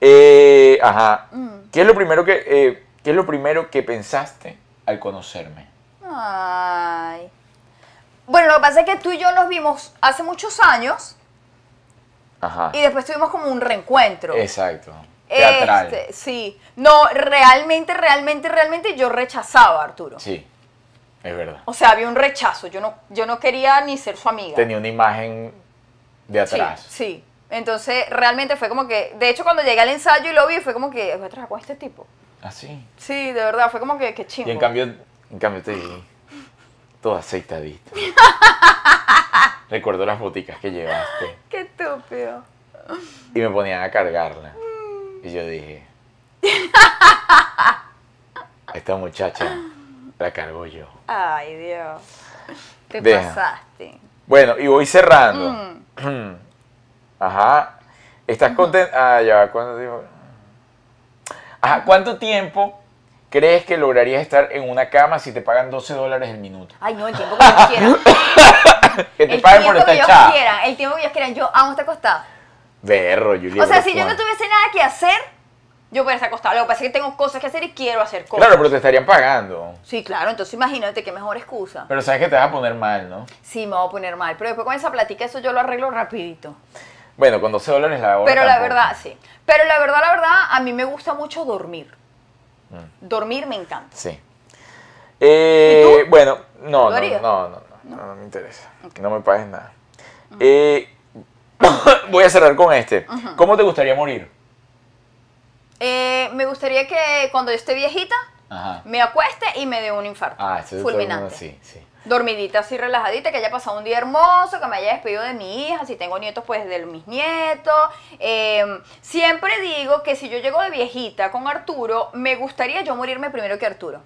Eh, ajá. Mm. ¿Qué es lo primero que eh, qué es lo primero que pensaste al conocerme? Ay. Bueno, lo que pasa es que tú y yo nos vimos hace muchos años Ajá. y después tuvimos como un reencuentro. Exacto. Teatral. Este, sí. No, realmente, realmente, realmente yo rechazaba a Arturo. Sí. Es verdad. O sea, había un rechazo. Yo no, yo no quería ni ser su amiga. Tenía una imagen de sí, atrás. sí. Entonces, realmente fue como que. De hecho, cuando llegué al ensayo y lo vi, fue como que. Voy a trabajar con este tipo. Así. Sí, de verdad, fue como que. Qué chingo. ¿Ah, Y en cambio, en cambio te vi toda aceitadita. Recuerdo las boticas que llevaste Qué estúpido. y me ponían a cargarla. Y yo dije, esta muchacha la cargo yo. Ay, Dios. Te Deja. pasaste. Bueno, y voy cerrando. Mm. Ajá. ¿Estás contento? Ah, ya, va, ¿cuánto tiempo? Ajá, ¿cuánto tiempo crees que lograrías estar en una cama si te pagan 12 dólares el minuto? Ay, no, el tiempo que ellos quieran. Que te El paguen por tiempo estar que ellos echada. quieran. El tiempo que ellos quieran. Yo amo estar acostada. Berro, Julia. O sea, pero si yo no ¿cuánto? tuviese nada que hacer, yo podría estar acostada. Lo que pasa es que tengo cosas que hacer y quiero hacer cosas. Claro, pero te estarían pagando. Sí, claro. Entonces, imagínate qué mejor excusa. Pero sabes que te vas a poner mal, ¿no? Sí, me voy a poner mal. Pero después con esa platica, eso yo lo arreglo rapidito. Bueno, con 12 dólares la hora. Pero la tampoco. verdad, sí. Pero la verdad, la verdad, a mí me gusta mucho dormir. Mm. Dormir me encanta. Sí. Eh, Bueno, no, no, ¿Lo no, harías? no, no, no, no me interesa. No me pagues nada. Ah. Eh, voy a cerrar con este. ¿Cómo te gustaría morir? Eh, me gustaría que cuando yo esté viejita, Ajá. me acueste y me dé un infarto. Ah, eso es fulminante. Sí, sí. dormidita así relajadita, que haya pasado un día hermoso, que me haya despedido de mi hija, si tengo nietos, pues de mis nietos. Eh, siempre digo que si yo llego de viejita con Arturo, me gustaría yo morirme primero que Arturo.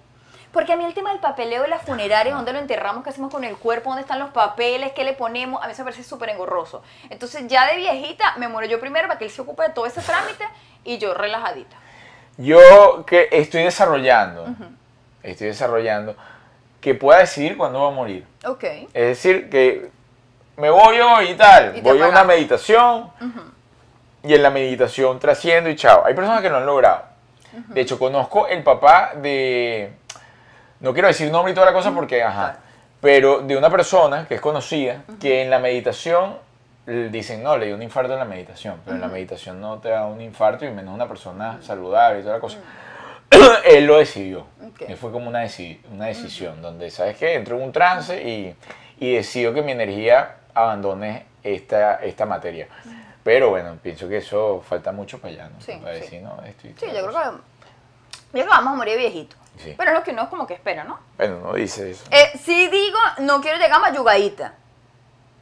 Porque a mí el tema del papeleo de las funerarias, dónde lo enterramos, qué hacemos con el cuerpo, dónde están los papeles, qué le ponemos, a mí eso me parece súper engorroso. Entonces ya de viejita me muero yo primero para que él se ocupe de todo ese trámite y yo relajadita. Yo que estoy desarrollando, estoy desarrollando, que pueda decidir cuándo va a morir. Ok. Es decir, que me voy hoy y tal, Y te voy a una apagas. meditación y en la meditación trasciendo y chao. Hay personas que no han logrado. De hecho, conozco el papá de, no quiero decir nombre y toda la cosa porque, ajá, Claro. pero de una persona que es conocida que en la meditación l- dicen, no, le dio un infarto en la meditación, pero en la meditación no te da un infarto y menos una persona saludable y toda la cosa. Él lo decidió. Ok. Él fue como una, deci- una decisión donde, ¿sabes qué? Entró en un trance y, y decidió que mi energía abandone esta, esta materia. Pero bueno, pienso que eso falta mucho para allá, ¿no? Sí, Para sí. decir, no, esto y Sí, tal yo creo cosa. que, yo creo que vamos a morir viejito. Sí. Pero es lo que uno como que espera, ¿no? Bueno, no dice eso. Eh, sí digo, no quiero llegar mayugadita.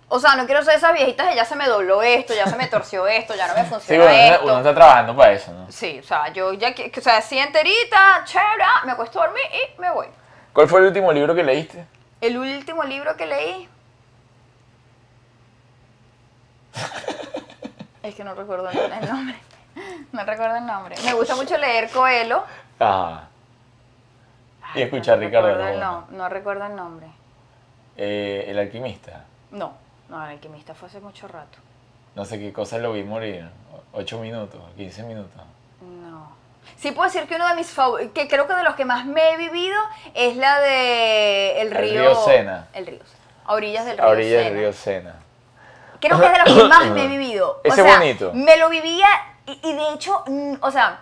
O sea, no quiero ser esas viejitas que ya se me dobló esto, ya se me torció esto, ya no me Sí, funciona bueno, uno- esto. uno está trabajando para eso, ¿no? Sí, o sea, yo ya, que- que- o sea, así enterita, chévere, ah, me acuesto a dormir y me voy. ¿Cuál fue el último libro que leíste? El último libro que leí. es que no recuerdo el nombre. No recuerdo el nombre. Me gusta mucho leer Coelho. Ajá. Y escuchar no Ricardo recuerdo el Arjona. nom- No recuerdo el nombre. Eh, el alquimista. No, no, el alquimista fue hace mucho rato. No sé qué cosa lo vi morir. O- Ocho minutos, 15 minutos. No. Sí puedo decir que uno de mis favoritos, que creo que de los que más me he vivido, es la de el El río... río Sena. El río Sena. A orillas del río A orillas del Sena. río Sena. Creo que es de los que más me he vivido. O Ese sea, bonito. Me lo vivía y, y de hecho, mm, o sea,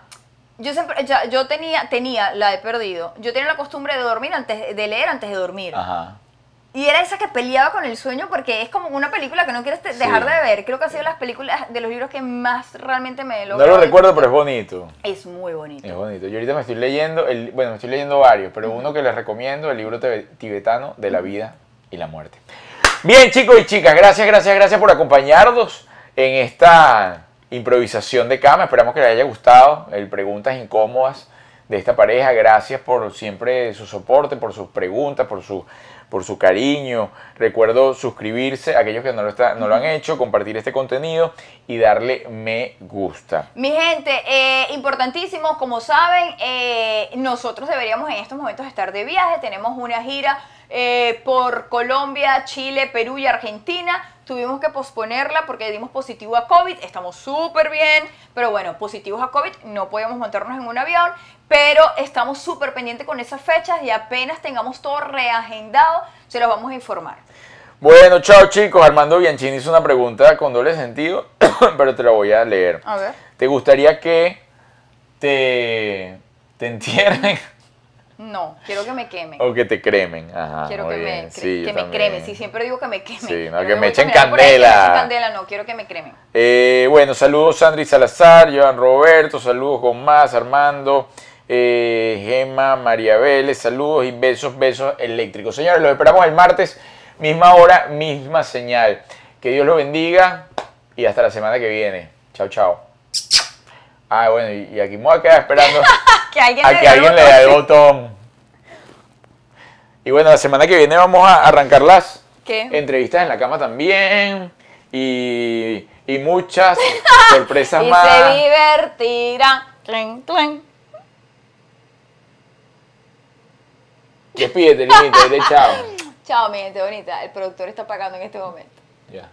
yo siempre, ya- yo tenía, tenía, la he perdido, yo tenía la costumbre de dormir antes, de leer antes de dormir. Ajá. Y era esa que peleaba con el sueño porque es como una película que no quieres te- Sí. dejar de ver. Creo que ha sido las películas de los libros que más realmente me he No logrado lo recuerdo, pero es bonito. Es muy bonito. Es bonito. Yo ahorita me estoy leyendo, el, bueno, me estoy leyendo varios, pero uno que les recomiendo, el libro tebe- tibetano de la vida y la muerte. Bien, chicos y chicas, gracias, gracias, gracias por acompañarnos en esta improvisación de cama. Esperamos que les haya gustado el Preguntas Incómodas de esta pareja. Gracias por siempre su soporte, por sus preguntas, por su, por su cariño. Recuerdo suscribirse, aquellos que no lo, está- no lo han hecho, compartir este contenido y darle me gusta. Mi gente, eh, importantísimo, como saben, eh, nosotros deberíamos en estos momentos estar de viaje. Tenemos una gira eh, por Colombia, Chile, Perú y Argentina. Tuvimos que posponerla porque dimos positivo a COVID. Estamos súper bien, pero bueno, positivos a COVID, no podíamos montarnos en un avión. Pero estamos súper pendientes con esas fechas y apenas tengamos todo reagendado, se los vamos a informar. Bueno, chao chicos. Armando Bianchini hizo una pregunta con doble sentido, pero te la voy a leer. A ver. ¿Te gustaría que te, te entierren No, quiero que me quemen. o que te cremen? Ajá, Quiero muy que, bien. me, cre- Sí, yo que me también. cremen. Sí, siempre digo que me cremen. Sí, no, Pero que me voy echen caminando por ahí, que me candela. echen candela, no, quiero que me cremen. Eh, bueno, saludos Sandri Salazar, Joan Roberto, saludos con más, Armando, eh, Gema, María Vélez, saludos y besos, besos eléctricos. Señores, los esperamos el martes, misma hora, misma señal. Que Dios los bendiga y hasta la semana que viene. Chao, chao. Ah, bueno, y y aquí me voy a quedar esperando Que alguien a le que dé alguien algo. le dé el botón. Y bueno, la semana que viene vamos a arrancar las ¿Qué? entrevistas en la cama también. Y, y muchas sorpresas Y más. se divertirá. Tlen, tlen. Despídete, Linito. Dile chao. Chao, mi gente bonita. El productor está pagando en este momento. Ya.